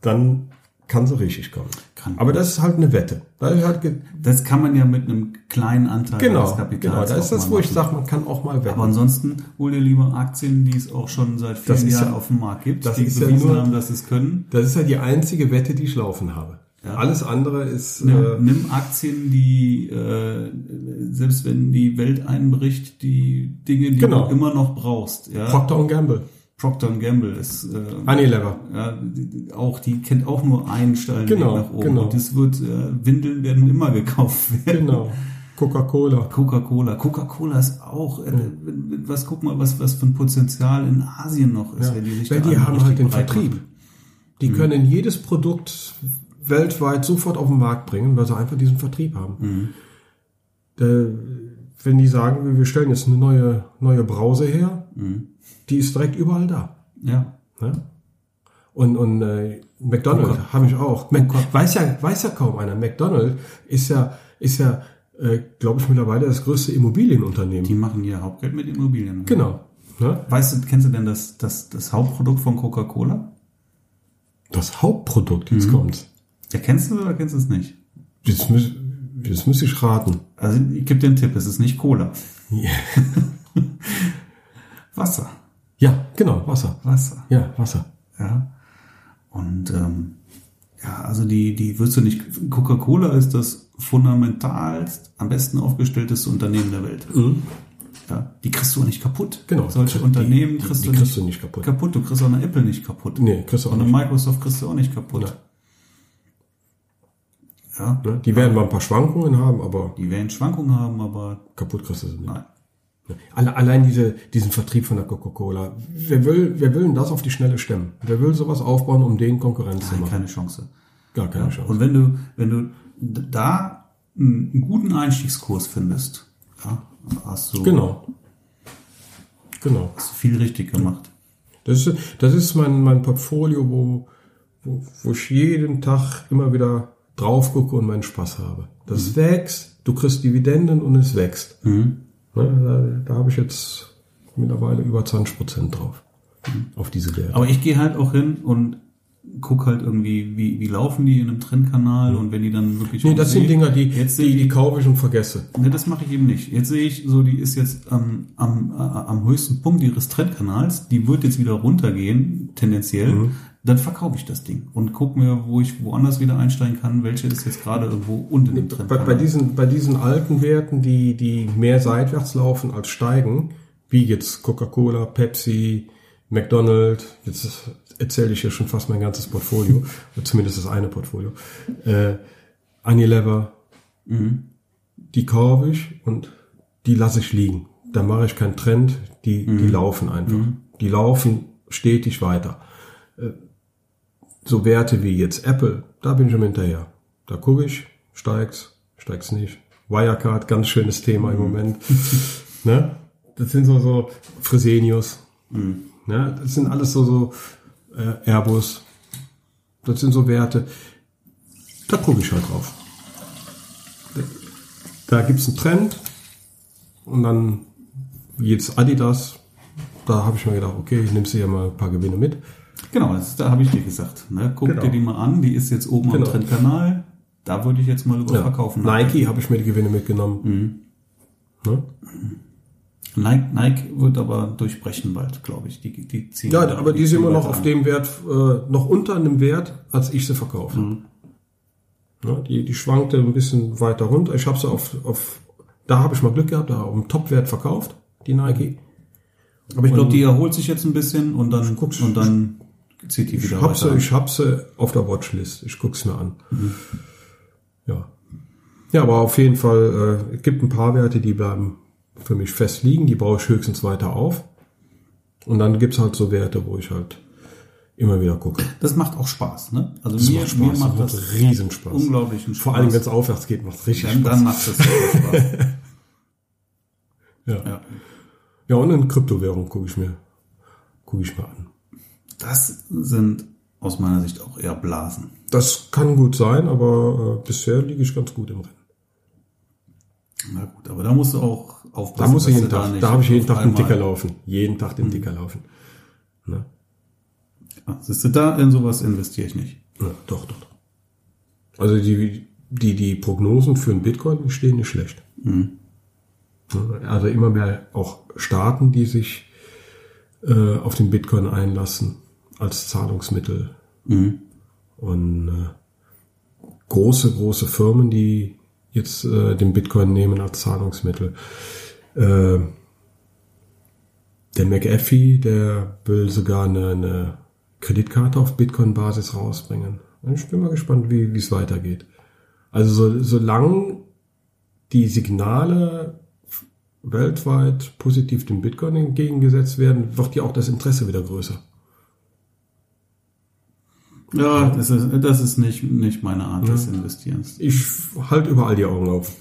Speaker 1: dann kann sie richtig kommen.
Speaker 2: Kann.
Speaker 1: Aber das ist halt eine Wette. Da ist halt ge
Speaker 2: Das kann man ja mit einem kleinen Anteil
Speaker 1: genau,
Speaker 2: des Kapitals
Speaker 1: genau, da
Speaker 2: auch
Speaker 1: ist das,
Speaker 2: mal
Speaker 1: wo ich
Speaker 2: machen.
Speaker 1: sage, man kann auch mal wetten.
Speaker 2: Aber ansonsten hol dir lieber Aktien, die es auch schon seit
Speaker 1: Das
Speaker 2: vielen
Speaker 1: ist ja-
Speaker 2: Jahren auf dem Markt gibt,
Speaker 1: das
Speaker 2: die
Speaker 1: ist ja
Speaker 2: bewiesen
Speaker 1: nur-
Speaker 2: haben, dass sie es können.
Speaker 1: Das ist ja die einzige Wette, die ich laufen habe. Alles andere ist
Speaker 2: Nimm,
Speaker 1: äh,
Speaker 2: nimm Aktien, die äh, selbst wenn die Welt einbricht, die Dinge, die
Speaker 1: Genau.
Speaker 2: du immer noch brauchst. Ja?
Speaker 1: Procter Gamble,
Speaker 2: Procter Gamble ist äh,
Speaker 1: Unilever.
Speaker 2: ja, die, die- auch die kennt auch nur einen Stein
Speaker 1: Genau,
Speaker 2: nach oben.
Speaker 1: genau.
Speaker 2: Und das wird äh, Windeln werden immer gekauft werden.
Speaker 1: Genau. Coca-Cola.
Speaker 2: Coca-Cola. Coca-Cola ist auch, äh,
Speaker 1: Hm.
Speaker 2: wenn- wenn- was guck mal, was, was für ein Potenzial in Asien noch ist,
Speaker 1: Ja.
Speaker 2: wenn die sich
Speaker 1: Weil
Speaker 2: da
Speaker 1: die
Speaker 2: einmal
Speaker 1: haben
Speaker 2: richtig
Speaker 1: halt den
Speaker 2: breit
Speaker 1: Vertrieb.
Speaker 2: machen. Mhm.
Speaker 1: Die können jedes Produkt weltweit sofort auf den Markt bringen, weil sie einfach diesen Vertrieb
Speaker 2: Mhm.
Speaker 1: haben. Äh, wenn die sagen, wir- wir stellen jetzt eine neue, neue Brause her,
Speaker 2: Mhm.
Speaker 1: die ist direkt überall da.
Speaker 2: Ja.
Speaker 1: Ne? Und, und äh, McDonald's habe ich auch. Mac weiß, ja, weiß ja kaum einer. McDonald's ist ja, ist ja äh, glaube ich, mittlerweile das größte Immobilienunternehmen.
Speaker 2: Die machen ihr Hauptgeld mit Immobilien.
Speaker 1: genau. Ne?
Speaker 2: Weißt du, kennst du denn das, das, das Hauptprodukt von Coca-Cola?
Speaker 1: Das Hauptprodukt,
Speaker 2: Mhm.
Speaker 1: jetzt kommt.
Speaker 2: Ja, kennst du es oder kennst du es nicht?
Speaker 1: Jetzt muss, jetzt muss ich raten.
Speaker 2: Also, ich gebe dir einen Tipp, es ist nicht Cola.
Speaker 1: Ja.
Speaker 2: Wasser.
Speaker 1: Ja, genau, Wasser.
Speaker 2: Wasser.
Speaker 1: Ja, Wasser.
Speaker 2: Ja. Und ähm, ja, also die, die wirst du nicht. Coca-Cola ist das fundamentalst, am besten aufgestellteste Unternehmen der Welt. Ja, die kriegst du auch nicht kaputt.
Speaker 1: Mhm. Genau.
Speaker 2: Solche
Speaker 1: Die-
Speaker 2: Unternehmen
Speaker 1: die-
Speaker 2: kriegst,
Speaker 1: die
Speaker 2: du,
Speaker 1: kriegst
Speaker 2: nicht
Speaker 1: du nicht kaputt.
Speaker 2: kaputt. Du kriegst auch eine Apple nicht kaputt.
Speaker 1: Nee, kriegst du auch
Speaker 2: Und eine
Speaker 1: nicht.
Speaker 2: Microsoft kriegst du auch nicht kaputt. Ja.
Speaker 1: Ne? Die werden mal ein paar Schwankungen haben, aber
Speaker 2: Die werden Schwankungen haben, aber
Speaker 1: kaputt kriegst du sie nicht.
Speaker 2: nein.
Speaker 1: Alle, allein diese, diesen Vertrieb von der Coca-Cola. Wer will, wer will denn das auf die Schnelle stemmen? Wer will sowas aufbauen, um denen Konkurrenz zu
Speaker 2: Nein,
Speaker 1: machen?
Speaker 2: halt keine Chance.
Speaker 1: Gar keine Chance.
Speaker 2: Und wenn du, wenn du d- da einen guten Einstiegskurs findest, ja, hast du
Speaker 1: Genau. Genau.
Speaker 2: hast du viel richtig gemacht.
Speaker 1: Das ist, das ist mein, mein Portfolio, wo, wo, wo ich jeden Tag immer wieder drauf gucke und meinen Spaß habe.
Speaker 2: Mhm.
Speaker 1: Das wächst, du kriegst Dividenden und es wächst. Ne, da da habe ich jetzt mittlerweile über 20 Prozent drauf. Auf diese Werte.
Speaker 2: Mhm. Aber ich gehe halt auch hin und guck halt irgendwie, wie, wie laufen die in einem Trendkanal und wenn die dann wirklich.
Speaker 1: nee, das sind
Speaker 2: sehe-
Speaker 1: Dinger, die,
Speaker 2: Jetzt
Speaker 1: die,
Speaker 2: sehe
Speaker 1: die kaufe ich und vergesse.
Speaker 2: Ne, das mache ich eben nicht. Jetzt sehe ich so, die ist jetzt am, am, äh, am höchsten Punkt ihres Trendkanals. Die wird jetzt wieder runtergehen, tendenziell.
Speaker 1: Mhm.
Speaker 2: Dann verkaufe ich das Ding und guck mir, wo ich woanders wieder einsteigen kann, welche ist jetzt gerade irgendwo unten im
Speaker 1: Bei,
Speaker 2: Trendkanal.
Speaker 1: bei, diesen, bei diesen alten Werten, die, die mehr seitwärts laufen als steigen, wie jetzt Coca-Cola, Pepsi, McDonald's, jetzt ist- erzähle ich hier schon fast mein ganzes Portfolio, oder zumindest das eine Portfolio, äh, Unilever, die kaufe ich und die lasse ich liegen. Da mache ich keinen Trend, die, die laufen einfach. Die laufen stetig weiter. Äh, So Werte wie jetzt Apple, da bin ich im hinterher. Da gucke ich, steigt's, steigt's nicht. Wirecard, ganz schönes Thema im Moment. ne? Das sind so, so Fresenius. Ne? Das sind alles so, so äh, Airbus. Das sind so Werte. Da gucke ich halt drauf da gibt's einen Trend und dann jetzt Adidas. Da habe ich mir gedacht, okay, ich nehme sie ja mal ein paar Gewinne mit.
Speaker 2: Genau, das, da habe ich dir gesagt. Ne? Guck
Speaker 1: Genau.
Speaker 2: dir die mal an, die ist jetzt oben
Speaker 1: Genau.
Speaker 2: am Trendkanal. Da würde ich jetzt mal über
Speaker 1: Ja.
Speaker 2: verkaufen.
Speaker 1: Nike habe ich mir die Gewinne mitgenommen. Ne?
Speaker 2: Nike, Nike wird aber durchbrechen bald, glaube ich. Die, die ziehen
Speaker 1: Ja, aber die sind immer noch auf
Speaker 2: dem.
Speaker 1: dem Wert, äh, noch unter einem Wert, als ich sie verkauft habe. Ne? Die, die schwankte ein bisschen weiter runter. Ich habe sie auf, auf, da habe ich mal Glück gehabt, da auf dem Topwert verkauft, die Nike.
Speaker 2: Aber ich glaube, die erholt sich jetzt ein bisschen und dann
Speaker 1: Guck's-
Speaker 2: und dann zieht die
Speaker 1: Ich
Speaker 2: wieder
Speaker 1: habe sie,
Speaker 2: weiter. an. Mhm.
Speaker 1: ich hab sie auf der Watchlist. Ich guck's mir an. Ja. Ja, aber auf jeden Fall, äh, es gibt ein paar Werte, die bleiben für mich fest liegen. Die baue ich höchstens weiter auf. Und dann gibt's halt so Werte, wo ich halt immer wieder gucke.
Speaker 2: Das macht auch Spaß, ne? Also
Speaker 1: Das
Speaker 2: mir,
Speaker 1: macht
Speaker 2: mir
Speaker 1: Spaß.
Speaker 2: macht
Speaker 1: das
Speaker 2: das
Speaker 1: macht Riesenspaß.
Speaker 2: unglaublichen Spaß.
Speaker 1: Vor allem, wenn es aufwärts geht, macht's richtig
Speaker 2: dann,
Speaker 1: Spaß.
Speaker 2: dann macht das richtig Spaß.
Speaker 1: Ja.
Speaker 2: Ja.
Speaker 1: ja, und in Kryptowährung gucke ich mir gucke ich mir an.
Speaker 2: Das sind aus meiner Sicht auch eher Blasen.
Speaker 1: Das kann gut sein, aber äh, bisher liege ich ganz gut im Rennen.
Speaker 2: Na gut, aber da musst du auch aufpassen.
Speaker 1: Da muss ich
Speaker 2: dass
Speaker 1: jeden
Speaker 2: du
Speaker 1: Tag,
Speaker 2: nicht
Speaker 1: da habe ich jeden
Speaker 2: auf
Speaker 1: Tag den
Speaker 2: einmal- Mhm.
Speaker 1: Ticker laufen. Jeden Tag den Ticker laufen. Ne?
Speaker 2: Ah, Siehst du, da in sowas investiere ich nicht.
Speaker 1: Ja, doch, doch. doch. Also die, die, die Prognosen für den Bitcoin die stehen nicht schlecht. Ne? Also immer mehr auch Staaten, die sich äh, auf den Bitcoin einlassen als Zahlungsmittel. Und äh, große, große Firmen, die jetzt äh, den Bitcoin nehmen als Zahlungsmittel. Äh, der McAfee, der will sogar eine, eine Kreditkarte auf Bitcoin-Basis rausbringen. Ich bin mal gespannt, wie wie es weitergeht. Also so, solange die Signale weltweit positiv dem Bitcoin entgegengesetzt werden, wird ja auch das Interesse wieder größer.
Speaker 2: Ja, Mhm. das ist, das ist nicht, nicht meine Art des Investierens.
Speaker 1: Ich halte überall die Augen auf.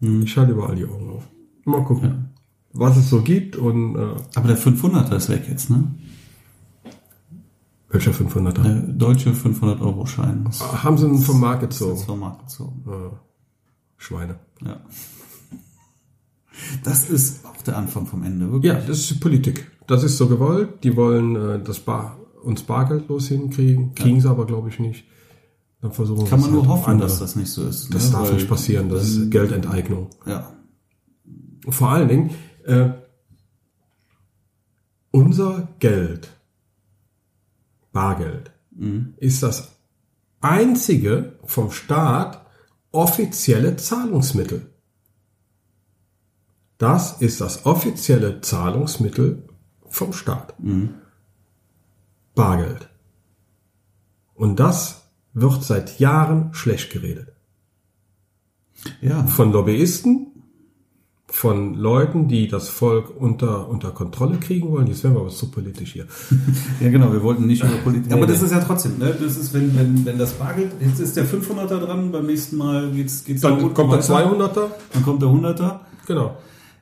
Speaker 1: Ich halte überall die Augen auf. Mal gucken, was es so gibt und äh,
Speaker 2: Aber der 500er ist weg jetzt, ne?
Speaker 1: welcher 500er.
Speaker 2: Der deutsche 500-Euro-Schein ist
Speaker 1: Haben sie ihn vom Markt gezogen.
Speaker 2: jetzt vom Markt gezogen.
Speaker 1: Schweine.
Speaker 2: Ja. Das ist auch der Anfang vom Ende, wirklich.
Speaker 1: Ja, das ist die Politik. Das ist so gewollt. Die wollen äh, das Bar, uns bargeldlos hinkriegen. Kriegen sie aber, glaube ich, nicht. Dann versuchen
Speaker 2: Kann
Speaker 1: sie
Speaker 2: man
Speaker 1: es
Speaker 2: nur
Speaker 1: halt auf
Speaker 2: hoffen,
Speaker 1: andere.
Speaker 2: dass das nicht so ist.
Speaker 1: Das
Speaker 2: ne?
Speaker 1: darf
Speaker 2: Weil-
Speaker 1: nicht passieren. Das ist Geldenteignung.
Speaker 2: Ja.
Speaker 1: Vor allen Dingen, äh, unser Geld, Bargeld, ist das einzige vom Staat offizielle Zahlungsmittel. Das ist das offizielle Zahlungsmittel vom Staat. Bargeld. Und das wird seit Jahren schlecht geredet
Speaker 2: Ja.
Speaker 1: von Lobbyisten, von Leuten, die das Volk unter, unter Kontrolle kriegen wollen. Jetzt werden wir aber zu politisch hier.
Speaker 2: Ja, genau, wir wollten nicht über Politik.
Speaker 1: Nee,
Speaker 2: Aber das
Speaker 1: nee.
Speaker 2: ist ja trotzdem, ne? Das ist, wenn, wenn, wenn das Bargeld, jetzt ist der 500er dran, beim nächsten Mal geht's, geht's
Speaker 1: Dann
Speaker 2: noch gut
Speaker 1: kommt der
Speaker 2: weiter.
Speaker 1: 200er.
Speaker 2: Dann kommt der 100er.
Speaker 1: Genau.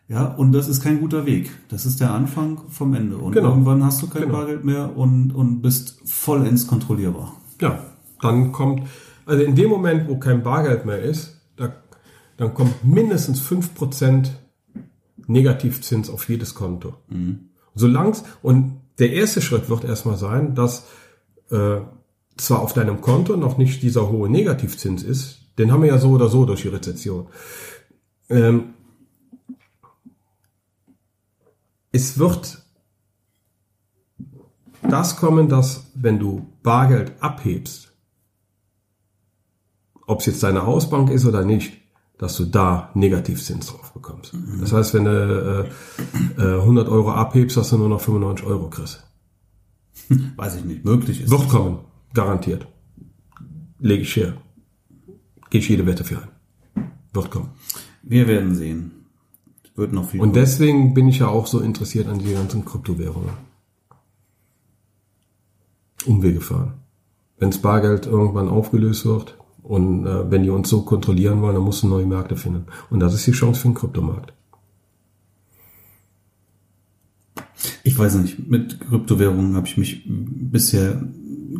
Speaker 2: Ja, und das ist kein guter Weg. Das ist der Anfang vom Ende. Und
Speaker 1: Genau.
Speaker 2: irgendwann hast du kein
Speaker 1: Genau.
Speaker 2: Bargeld mehr und, und bist vollends kontrollierbar.
Speaker 1: Ja, dann kommt, also in dem Moment, wo kein Bargeld mehr ist, da, dann kommt mindestens 5% Negativzins auf jedes Konto. Solang's, und der erste Schritt wird erstmal sein, dass äh, zwar auf deinem Konto noch nicht dieser hohe Negativzins ist, den haben wir ja so oder so durch die Rezession. Ähm, es wird das kommen, dass wenn du Bargeld abhebst, ob es jetzt deine Hausbank ist oder nicht, dass du da Negativzins drauf bekommst. Das heißt, wenn du äh, äh, 100 Euro abhebst, dass du nur noch 95 Euro kriegst.
Speaker 2: Weiß ich nicht, möglich ist.
Speaker 1: Wird kommen, garantiert. Lege ich her. Gehe ich jede Wette für ein. Wird kommen.
Speaker 2: Wir werden sehen. Wird noch viel
Speaker 1: Und deswegen bin ich ja auch so interessiert an die ganzen Kryptowährungen. Umwege fahren. Wenns Bargeld irgendwann aufgelöst wird und äh, wenn die uns so kontrollieren wollen, dann musst du neue Märkte finden. Und das ist die Chance für den Kryptomarkt.
Speaker 2: Ich weiß nicht, mit Kryptowährungen habe ich mich bisher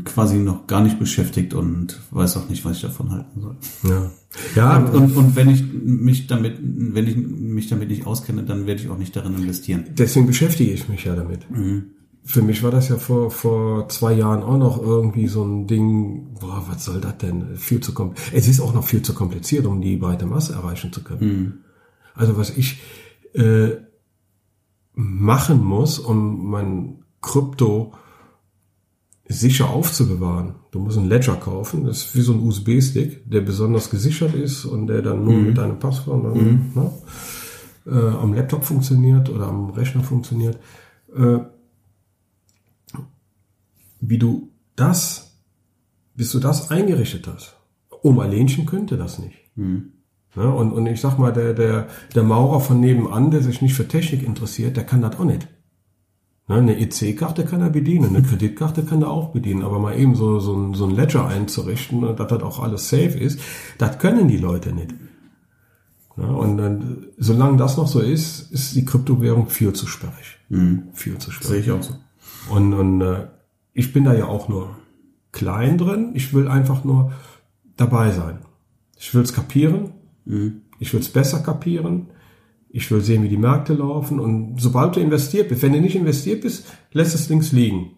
Speaker 2: quasi noch gar nicht beschäftigt und weiß auch nicht, was ich davon halten soll.
Speaker 1: Ja. Ja,
Speaker 2: Und, und wenn ich mich damit, wenn ich mich damit nicht auskenne, dann werde ich auch nicht darin investieren.
Speaker 1: deswegen beschäftige ich mich ja damit. Für mich war das ja vor, vor zwei Jahren auch noch irgendwie so ein Ding, boah, was soll das denn? Viel zu kompliziert. Es ist auch noch viel zu kompliziert, um die breite Masse erreichen zu können. Also was ich äh, machen muss, um mein Krypto sicher aufzubewahren. Du musst einen Ledger kaufen, das ist wie so ein USB-Stick, der besonders gesichert ist und der dann nur mit deinem Passwort dann, ne, äh, am Laptop funktioniert oder am Rechner funktioniert. Äh, wie du das, bis du das eingerichtet hast. Oma Lenchen könnte das nicht. Ne, und, und ich sag mal, der, der, der Maurer von nebenan, der sich nicht für Technik interessiert, der kann das auch nicht. Ne, eine EC-Karte kann er bedienen, eine Kreditkarte kann er auch bedienen, aber mal eben so, so, ein, so ein Ledger einzurichten, ne, dass das auch alles safe ist, das können die Leute nicht. Ne, und dann, solange das noch so ist, ist die Kryptowährung viel zu sperrig. Viel zu sperrig.
Speaker 2: ich auch so.
Speaker 1: Und, und äh, ich bin da ja auch nur klein drin. Ich will einfach nur dabei sein. Ich will es kapieren. Ich will es besser kapieren. Ich will sehen, wie die Märkte laufen. Und sobald du investiert bist, wenn du nicht investiert bist, lässt es links liegen.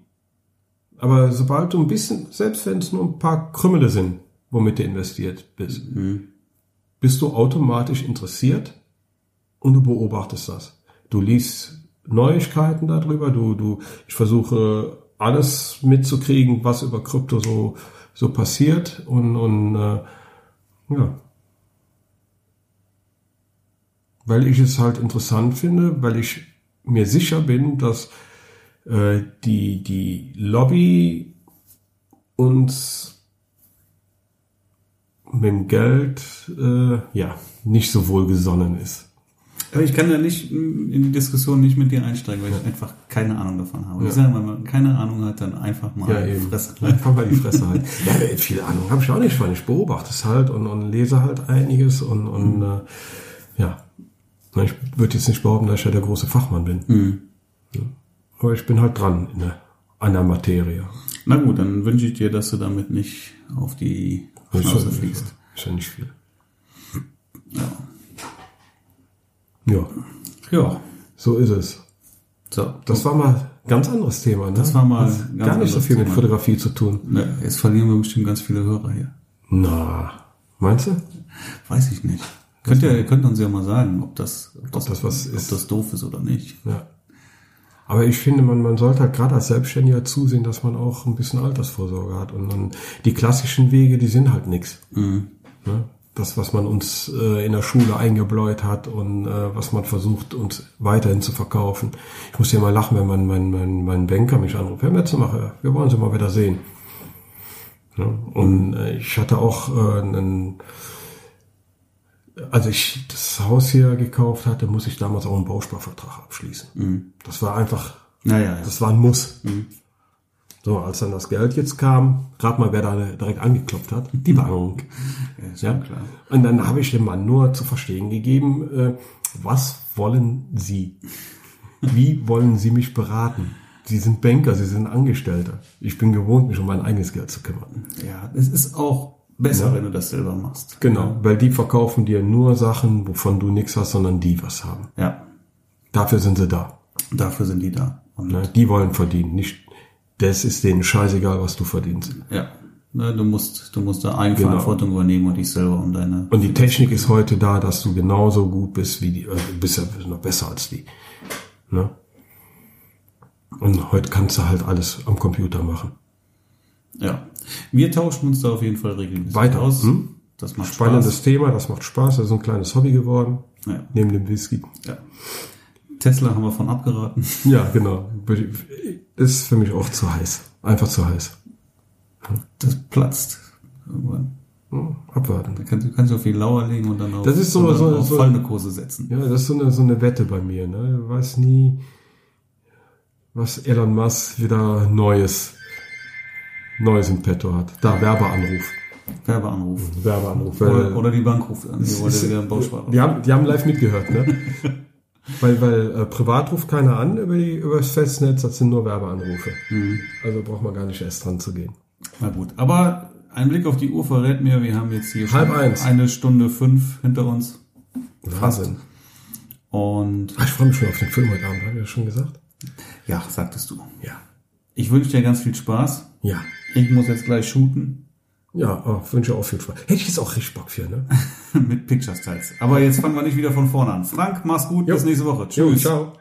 Speaker 1: Aber sobald du ein bisschen, selbst wenn es nur ein paar Krümmele sind, womit du investiert bist, bist du automatisch interessiert und du beobachtest das. Du liest Neuigkeiten darüber, du, du, ich versuche alles mitzukriegen, was über Krypto so, so passiert und, und äh, ja. Weil ich es halt interessant finde, weil ich mir sicher bin, dass äh, die, die Lobby uns mit dem Geld äh, ja nicht so wohlgesonnen ist.
Speaker 2: Aber ich kann da nicht mm, in die Diskussion nicht mit dir einsteigen, weil ich einfach keine Ahnung davon habe. Ich sage mal, wenn man keine Ahnung hat, dann einfach mal
Speaker 1: Ja,
Speaker 2: die
Speaker 1: eben.
Speaker 2: Fresse halten.
Speaker 1: Einfach mal die Fresse halt. Ja, aber viel Ahnung habe ich auch nicht von. Ich beobachte es halt und, und lese halt einiges und, und
Speaker 2: Mhm.
Speaker 1: äh, ja. Na, Ich würde jetzt nicht behaupten, dass ich ja der große Fachmann bin.
Speaker 2: Mhm.
Speaker 1: Ja. Aber ich bin halt dran in der, an der Materie.
Speaker 2: Na gut, dann wünsche ich dir, dass du damit nicht auf die
Speaker 1: Ist ja-
Speaker 2: Schnauze fliegst.
Speaker 1: Also, Ist ja nicht viel.
Speaker 2: Ja.
Speaker 1: Ja,
Speaker 2: ja.
Speaker 1: so ist es.
Speaker 2: So.
Speaker 1: Das war mal ein ganz anderes Thema. Ne?
Speaker 2: Das war mal
Speaker 1: Hat
Speaker 2: ein ganz
Speaker 1: gar nicht so
Speaker 2: anderes
Speaker 1: viel mit
Speaker 2: Thema.
Speaker 1: Fotografie zu tun.
Speaker 2: Ne, jetzt verlieren wir bestimmt ganz viele Hörer hier.
Speaker 1: Na, meinst du?
Speaker 2: Weiß ich nicht. Könnt ihr, ihr könnt uns ja mal sagen, ob das, ob das,
Speaker 1: das was
Speaker 2: ob
Speaker 1: ist.
Speaker 2: das doof ist oder nicht.
Speaker 1: Ja. Aber ich finde, man, man sollte halt gerade als Selbstständiger zusehen, dass man auch ein bisschen Altersvorsorge hat. Und dann die klassischen Wege, die sind halt nix. Ne? Das, was man uns äh, in der Schule eingebläut hat und äh, was man versucht, uns weiterhin zu verkaufen. Ich muss ja mal lachen, wenn mein, mein, mein, mein Banker mich anruft. Herr Metzemacher, wir wollen Sie mal wieder sehen. Ne? Und äh, ich hatte auch äh, einen als ich das Haus hier gekauft hatte, muss ich damals auch einen Bausparvertrag abschließen. Das war einfach,
Speaker 2: Naja, ja.
Speaker 1: das war ein Muss. So, als dann das Geld jetzt kam, rat mal, wer da direkt angeklopft hat, die Bank.
Speaker 2: ja, ist
Speaker 1: Ja?
Speaker 2: schon klar.
Speaker 1: Und dann habe ich dem Mann nur zu verstehen gegeben, äh, was wollen Sie? Wie wollen Sie mich beraten? Sie sind Banker, Sie sind Angestellter. Ich bin gewohnt, mich um mein eigenes Geld zu kümmern.
Speaker 2: Ja, es ist auch besser, wenn du das selber machst.
Speaker 1: Genau, weil die verkaufen dir nur Sachen, wovon du nichts hast, sondern die was haben.
Speaker 2: Ja,
Speaker 1: Dafür sind sie da.
Speaker 2: dafür sind die da. Und
Speaker 1: Ne? Die wollen verdienen, nicht. Das ist denen scheißegal, was du verdienst.
Speaker 2: ja, ne, du musst, du musst da
Speaker 1: Genau.
Speaker 2: Eigenverantwortung übernehmen und dich selber um deine.
Speaker 1: Und die Technik ist heute da, dass du genauso gut bist wie die, äh, bist ja noch besser als die. Ne? Und heute kannst du halt alles am Computer machen.
Speaker 2: ja, wir tauschen uns da auf jeden Fall regelmäßig
Speaker 1: Weiter,
Speaker 2: aus.
Speaker 1: hm?
Speaker 2: Das macht
Speaker 1: Spannendes
Speaker 2: Spaß.
Speaker 1: Thema, das macht Spaß, das ist ein kleines Hobby geworden.
Speaker 2: Ja.
Speaker 1: Neben dem Whisky.
Speaker 2: Ja. Tesla haben wir von abgeraten.
Speaker 1: Ja, genau. Ist für mich auch zu heiß. Einfach zu heiß.
Speaker 2: Das platzt. Irgendwann.
Speaker 1: Hm, Abwarten.
Speaker 2: Da kannst, du kannst du auf die Lauer legen und dann auf,
Speaker 1: Das ist so-
Speaker 2: und dann
Speaker 1: so-
Speaker 2: auf
Speaker 1: so-
Speaker 2: fallende Kurse setzen.
Speaker 1: Ja, das ist so eine, so eine Wette bei mir. Ne? Du weißt nie, was Elon Musk wieder Neues, Neues im Petto hat. Da, Werbeanruf.
Speaker 2: Werbeanruf.
Speaker 1: Werbeanruf.
Speaker 2: Oder,
Speaker 1: Weil,
Speaker 2: oder die Bank ruft an. Die wollte
Speaker 1: Äh. ist-
Speaker 2: wieder einen Bausparer.
Speaker 1: die, haben, die haben live mitgehört, ne? weil weil äh, privat ruft keiner an über, die, über das Festnetz, das sind nur Werbeanrufe. Also braucht man gar nicht erst dran zu gehen.
Speaker 2: Na gut. Aber ein Blick auf die Uhr verrät mir, wir haben jetzt hier schon
Speaker 1: Halb eins.
Speaker 2: eine Stunde fünf hinter uns.
Speaker 1: Wahnsinn.
Speaker 2: Und
Speaker 1: Ach, ich freue mich schon auf den Film heute Abend, habe ich ja schon gesagt.
Speaker 2: ja, sagtest du.
Speaker 1: Ja.
Speaker 2: Ich wünsche dir ganz viel Spaß.
Speaker 1: Ja.
Speaker 2: Ich muss jetzt gleich shooten
Speaker 1: Ja, oh, wünsche auch viel Spaß. Hätte ich jetzt auch richtig Bock für, ne?
Speaker 2: mit Picture Styles. Aber jetzt fangen wir nicht wieder von vorne an. Frank, mach's gut.
Speaker 1: Jo.
Speaker 2: Bis nächste Woche.
Speaker 1: Jo,
Speaker 2: Tschüss.
Speaker 1: ciao.